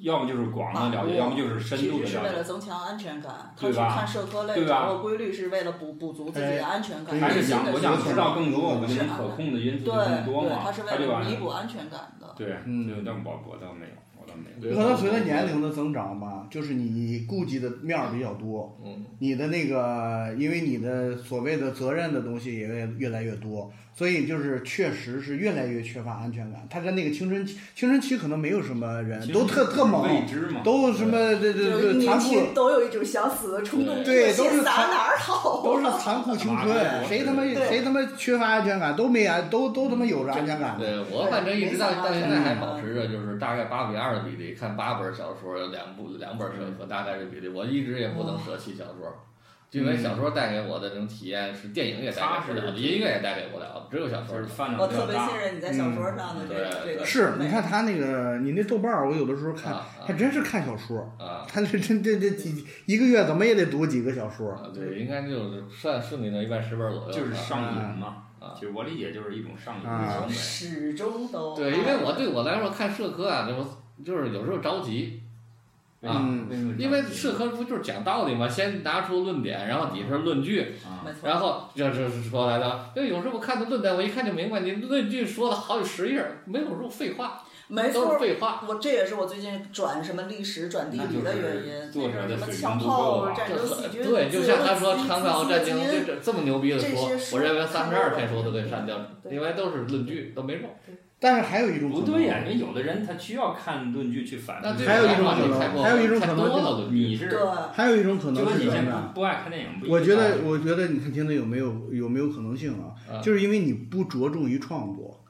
要么就是广啊的了解，要么就是深其度实的是为了了增强安全感，他对去吧看社科类对吧掌握规律是为了补补足自哎己的安全感，解。对还是新想的我事想情知道更多，我就能可控的因素就对更多对，嘛，他是他为就了完弥了。补安全感的。对，嗯就但我我倒没有，我倒没有。对可能随着年，龄的增长吧，就是你顾及的面儿比较多，嗯，你的那个，因为你的所谓的责任的东西也越越来越多，所以就是确实是越来越缺乏安全感。他跟那个青春期，青春期可能没有什么人都特特未猛，知嘛，都什么这就这是这一年残酷，轻都有一种想死的冲动，对都是这打哪儿好？都是残酷青春，谁他妈对谁他妈缺乏安全感，都没安，都都他妈有着安全感的。对我反正一直到对到现在还保持着，就是大概八比二的比例，看八本小说，有两部两本社科，大概这比例，我一直也不能舍弃小说。因为小说带给我的这种体验是电影也带给不嗯了的，踏实音乐也带给不了的，只有小就说是能。饭量我比特较别大信。任你在小说上的这个嗯这个。是，你看他那个，你那豆瓣儿，我有的时候看，啊还真是看小说。啊啊！他这这这这几一个月怎么也得读几个小说，啊，对，应该就是算顺利能一般十本左右。就是啊上瘾嘛嗯啊，其实我理解就是一种上瘾的嗯啊行为。始终都对，因为我对我来说看社科啊，就是就是有时候着急，啊嗯么因为社科不就是讲道理嘛，先拿出论点，然后底下是论据，啊，没错，然后这这是说来的。就有时候我看的论点，我一看就明白，你论据说了好几十页儿，没有什么废话，没都是错。废话。我这也是我最近转什么历史、转地理的原因，那就是作者那的种什么水平强不够炮啊、战就争、是细菌、对，就像他说自由唐朝战争，这这这么牛逼的这些说，书我认为看三不十二懂篇书都给删掉，对因为都是论据，都没用。但是还有一种可不能对呀、因为有的人他需要看论据去反那复。对嗯还有一我种来可说能太过还有一种可能太多就了论据你是对，还有一种可就能跟是你什现么在呢？不爱看电影不一样。我觉得，我觉得你看听的有没有有没有可能性啊？啊就是因为你不着重于创作，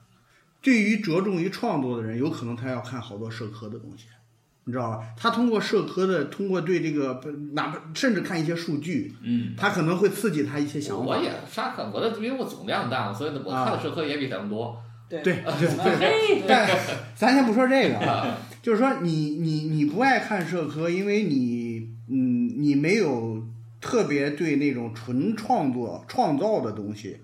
对于着重于创作的人，有可能他要看好多社科的东西，你知道吧？他通过社科的，通过对这个哪怕甚至看一些数据，嗯，他可能会刺激他一些想我法。也杀看，我的因为我总量大嘛，所以呢，我看的社科也比咱们 多。对对对对，对但咱先不说这个，啊，就是说你你你不爱看社科，因为你嗯你没有特别对那种纯创作创造的东西，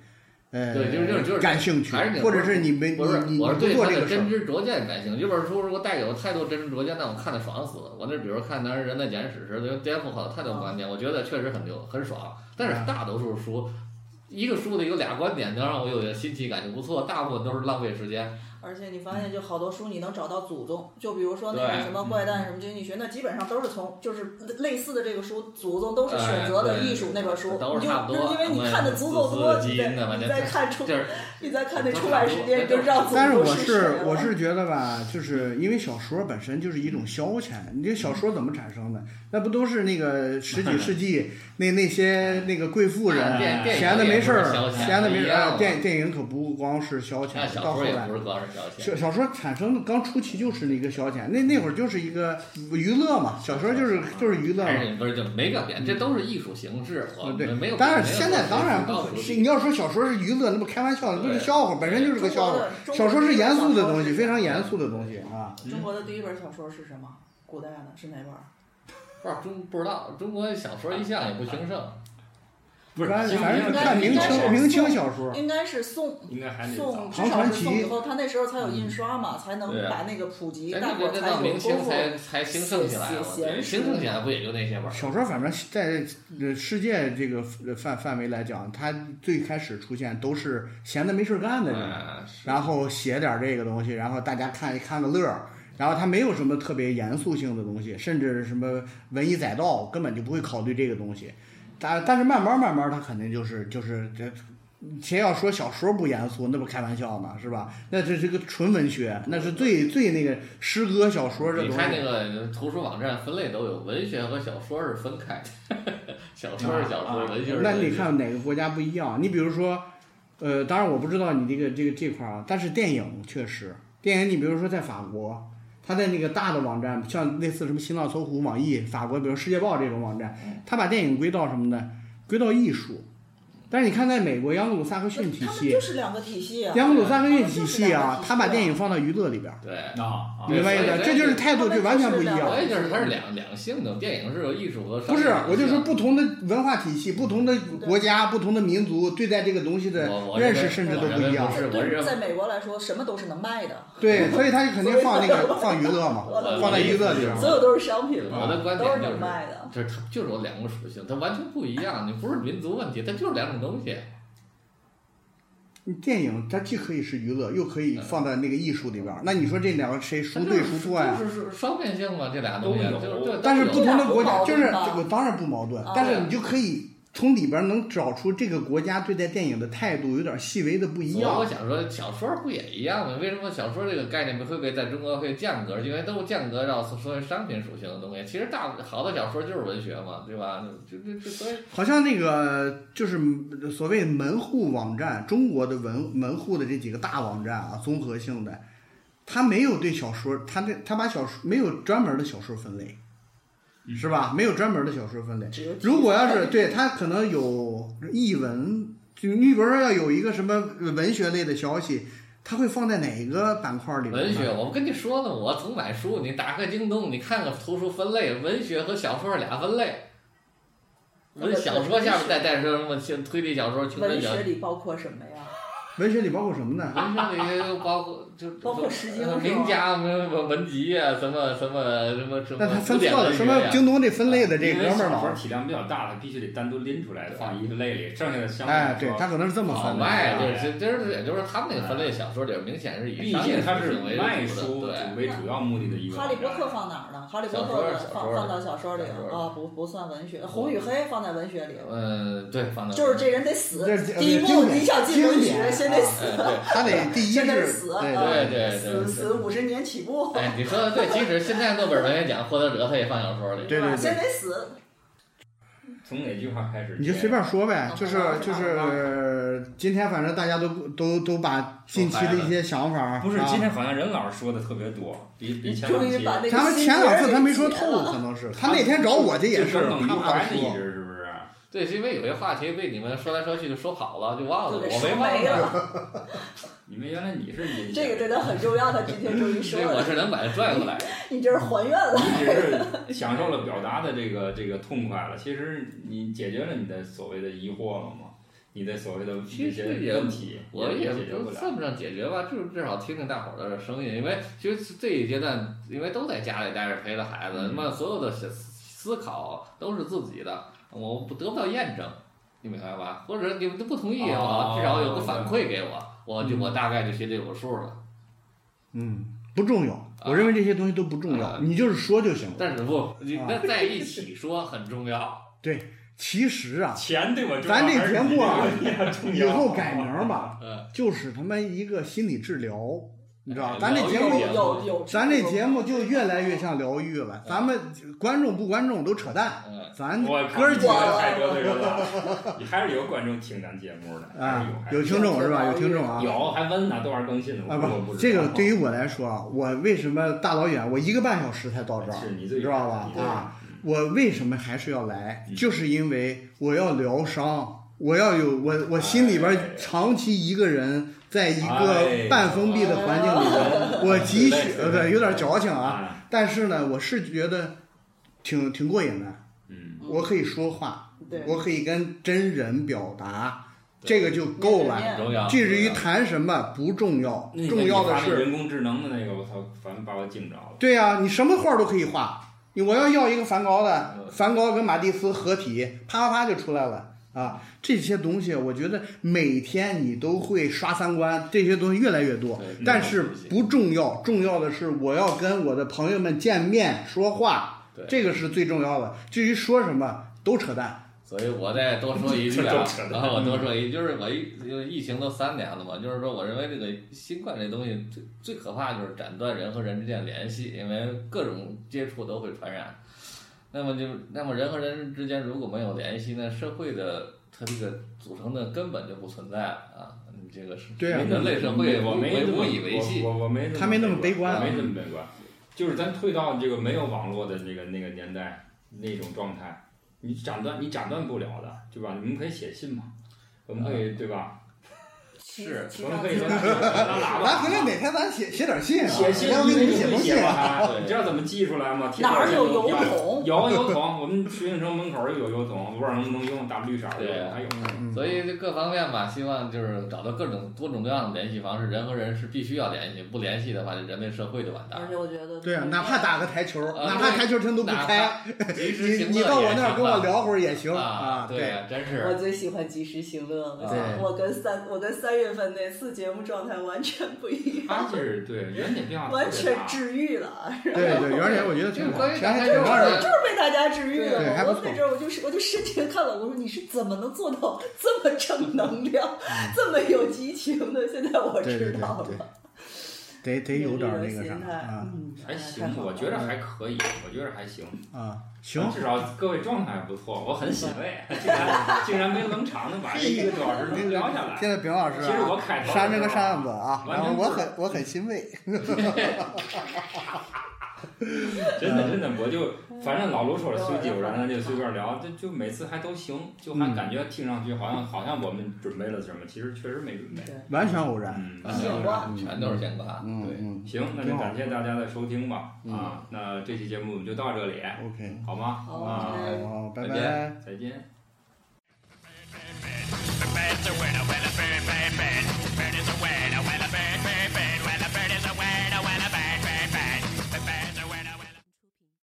呃，对就是就是就是感兴趣还是你，或者是你没你不是，你我是你不对做他这的个事真儿，知灼见感兴趣。这本书如果带有太多真知灼见，那我看的爽死了。我那比如看《男人的简史》时，就颠覆好了太多观啊点，我觉得确实很牛很爽。但是大多数书，一个书里有俩观点能让我有点新奇感就不错，大部分都是浪费时间。而且你发现，就好多书你能找到祖宗，就比如说那对嗯个什么怪诞什么经济学，那基本上都是从就是类似的这个书，祖宗都是选择的艺术那本书，哎都你是就差不多因为你看的足够多，自私自你基因再的吧你那再看出就，是你再看那出版时间，你就知道祖但是宗我谁是了。我是觉得吧，就是因为小说本身就是一种消遣，你这小说怎么产生的？那不都是那个十几 世纪那那些那个贵妇人电电影闲的没事也不是消儿，遣闲的没事一样儿，嘛啊电电影可不光是消遣看，到小后说也来不是光是消遣。小小说产生的刚初期就是那个消遣，那那会儿就是一个娱乐嘛，小说就是就是娱乐但嘛。是不是就没个变，这都是艺术形式，我啊们嗯对没有。当然没有现在当然到不处可去是，你要说小说是娱乐，那不开玩笑，那不是对笑话，本身就是个笑话。中国的小说是严肃的东西，非常严严肃的东西啊。中国的第一本小说是什么？古代的是哪本？不知道中不知道中国小说一向也不兴盛，不是，反清正反正明看明应该清是明清小说，应该是宋应该还得宋早，至少是宋以后，他那时候才有印刷嘛，才能对啊把那个普及，咱大这伙儿这才到有明功清夫。才才兴盛起来写了，写对，诗兴盛起来不也就那些本儿？小说反正在呃世界这个范范围来讲，它最开始出现都是闲的没事儿干的人，嗯，是然后写点这个东西，然后大家看一看个乐儿。然后它没有什么特别严肃性的东西，甚至什么文艺载道根本就不会考虑这个东西。但但是慢慢慢慢，它肯定就是就是这，谁要说小说不严肃，那不开玩笑呢，是吧？那这这个纯文学，那是最最那个诗歌小说这你东看那西。个图书网站分类都有，文学和小说是分开的， 小说是小说，文学是文学。啊那你看哪个国家不一样？你比如说，呃，当然我不知道你这个这个这块儿啊，但是电影确实，电影你比如说在法国，它在那个大的网站，像类似什么新浪、搜狐、网易、法国，比如《世界报》这种网站，嗯它把电影归到什么呢？归到艺术。但是你看，在美国杨鲁萨克逊体哎他们系就，是两个体系啊。杨鲁萨克逊他们就体是系两个啊体，系他把啊电影放到娱乐里边儿，对，啊啊明白意思？对这就是态度就完全不一他们就样所。是以就是它是两两性的，电影是有艺术和商业不是啊属，性我就说不同的文化体系、不同的国家、不同的民族对待这个东西的我我认认识为甚至我都认不为一样不。是我认对，为在美国来说，什么都是能卖的，对，所以他就肯定放那个放娱乐嘛我我， 放在娱乐里边所嘛。有都是商品嘛，我的观都点是就是能卖的。就是它就是有两个属性，它完全不一样。你不是民族问题，它就是两种东西。你电影它既可以是娱乐，又可以放在那个艺术里边儿。那你说这两个谁孰对孰错呀？就是就是双面性嘛，这俩东西都有就是对，但是都有不同的国这俩家，不矛盾吧就是这个当然不矛盾啊，但是你就可以从里边能找出这个国家对待电影的态度有点细微的不一我样。想说，小说不也一样吗？为什么小说这个概念会被在中国会降格？因为都是降格到所谓商品属性的东西。其实大好的小说就是文学嘛，对吧？就就就所以好像那个就是所谓门户网站，中国的文门户的这几个大网站啊，综合性的，它没有对小说，它那它把小说没有专门的小说分类，嗯是吧？没有专门的小说分类。只有体如果要是对它可能有译文，就你比如说要有一个什么文学类的消息，它会放在哪个板块里边呢？文学，我不跟你说了，我总买书，你打开京东，你看看图书分类，文学和小说是俩分类。文小说下面再带说什么新推理小说、穷文人小说学，里包括什么呀？文学里包括什么 呢？文学里就包括就呃包括诗经是吧名家文文文集啊，什么什么什么什哦么那它古分典错了，文什学么呀京东这分类的这因哥为们儿小说嘛？体量比较大，它必须得单独拎出来放一个类里，剩下的相对哎来，对说，，它可能是这么好分的。啊卖，对啊就是就是也就是他们那个分类小说里边明显是以毕商业竟属它是性为卖主书的，主为主要目的的一个。哈利波特放哪儿呢？哈利波小说特小说放放到小说里小说啊，不不算文学。红与黑放在文学里对，，嗯，对，放到就是这人得死这是。第一步经典你想进文经学，典先得死，哎对。他 得第一是先得对死，嗯啊对对对对对死死五十年起步，哎，你说的对，即使现在诺贝尔文学奖获得者，他也放小说里。对对先对，得死。从哪句话开始？你就随便说呗嗯，就是好吧就是嗯今天反正大家都都都把近期的一些想法啊，不是，今天好像任老师说的特别多，比比前两终于期把那个咱们心前结两次给他没说解透，了可能是他那天找我这也就是耿耿于他怕怀的一说。直是不是？对，是因为有些话题被你们说来说去就说跑了，就忘了，就我给没说忘没了。了。你们原来你是隐这个对他很重要，他今天终于说 所以我了，是能把它拽过来。你这是还愿了。你只是享受了表达的这个这个痛快了，其实你解决了你的所谓的疑惑了吗？你的所谓的这其些实也问题，我也解决不不了。算不上解决吧，就是至少听听大伙儿的声音，因为其实这一阶段，因为都在家里待着陪着孩子，那嗯么所有的思思考都是自己的，我不得不到验证，你明白吧？或者你们都不同意也好，哦至少有个反馈给我，我就我大概就心里有数了。嗯，不重啊要，我认为这些东西都不重要，你就是说就行了。但是不，你啊那在一起说很重要。其实啊，钱对我重要，咱这节目啊还是你这个重以要后改名 吧，嗯，就是他妈一个心理治疗，你知道吧？咱这疗节愈目也有嗯有，咱这节目就越来越像疗愈了，咱们观众不观众都扯淡，嗯，咱我哥儿几我个太得罪人 了，你还是有观众听咱节目的啊，还是有有听众是吧？有听众还啊是。有还问呢，多少更新呢？啊我不不，知道这个对于我来说啊，我为什么大老远我一个半小时才到这儿，是你最知道吧你？最啊，我为什么还是要来？嗯就是因为我要疗伤，我要有我我心里边哎长期一个人在一哎个半封闭的环境里边，我急嗯需呃对有点矫情啊，啊，但是呢，我是觉得挺挺过瘾的。嗯我可以说话，对，我可以跟真人表达，对这个就够面对了面。很重要。至于谈什么不重要那，你重要的发那是，人工智能的那个，我操，反正把我惊着了。对呀、你什么画都可以画。你我要要一个梵高的，嗯梵高跟马蒂斯合体，啪啪啪就出来了啊！这些东西，我觉得每天你都会刷三观，这些东西越来越多对，但是越来越多不重要，重要的是我要跟我的朋友们见面说话对，这个是最重要的。至于说什么都扯淡。所以我再多说一句这啊都扯，淡然后我多说一句，就是我疫疫情都三年了嘛，就是说我认为这个新冠这东西最最可怕就是斩断人和人之间的联系，因为各种接触都会传染。那么就那么人和人之间如果没有联系，那社会的它这个组成的根本就不存在了啊！你这个是对啊人类社会我没这无么以为继。我我我没这他没那么悲观我啊没这么悲观。就是咱退到这个没有网络的那个那个年代那种状态，你斩断你斩断不了的，对吧？你们可以写信嘛，我们可啊以对吧？骑是骑我上们可以去当喇咱叭回来哪天咱写写点信啊，写信，要不你给你们写会封信写啊。吧？对你知道怎么记出来吗？哪儿有邮油桶？有油桶，我们石景城门口有油桶，不知道能不能用，打绿色的，哎对还有。嗯所以这各方面吧，希望就是找到各种多种多样的联系方式，人和人是必须要联系，不联系的话，人类社会就完蛋了而。且我觉得，对啊，哪怕打个台球，啊哪怕台球厅都不哪开，怕及时你行乐你到我那也儿跟我行吧聊会儿也行啊，对，呀，真我是啊最喜欢及时行乐了。对我跟三我跟三月份那次节目状态完全不一样，他就是对原点啊变化完特别全大治愈了，对对，圆脸我觉得就是挺好，关于钱打啊还台挺球让人的。就是被大家治愈对还了。不我错那阵儿我就是我就深情地看老公说：“你是怎么能做到这么正能量、这么有激情的？”现在我嗯对知对道对了，对，得得有点儿那这个心啥态啊嗯，还哎太行，好了我觉得还可以，我觉得还行，啊，行，至少各位状态不错，我很欣慰，竟然 竟然没冷场的把这一个多小时能聊下来。现在丙老师啊其实我开头扇这个扇子啊，完全然后我不是很我很欣慰，真嗯的真的，我就反正老卢说了随机偶然，咱就随便聊，就就每次还都行，就还嗯感觉听上去好像好像我们准备了什么，其实确实没准备。对，完全偶然，嗯，啊显化全都是显化，嗯对，嗯行，那就感谢大家的收听吧。嗯啊，那这期节目我们就到这里， ，OK，好吗？好啊，嗯好，拜再拜见。再见。 Bird's a winner, winner, bird, bird, bird. Bird is a winner, winner, bird, bird.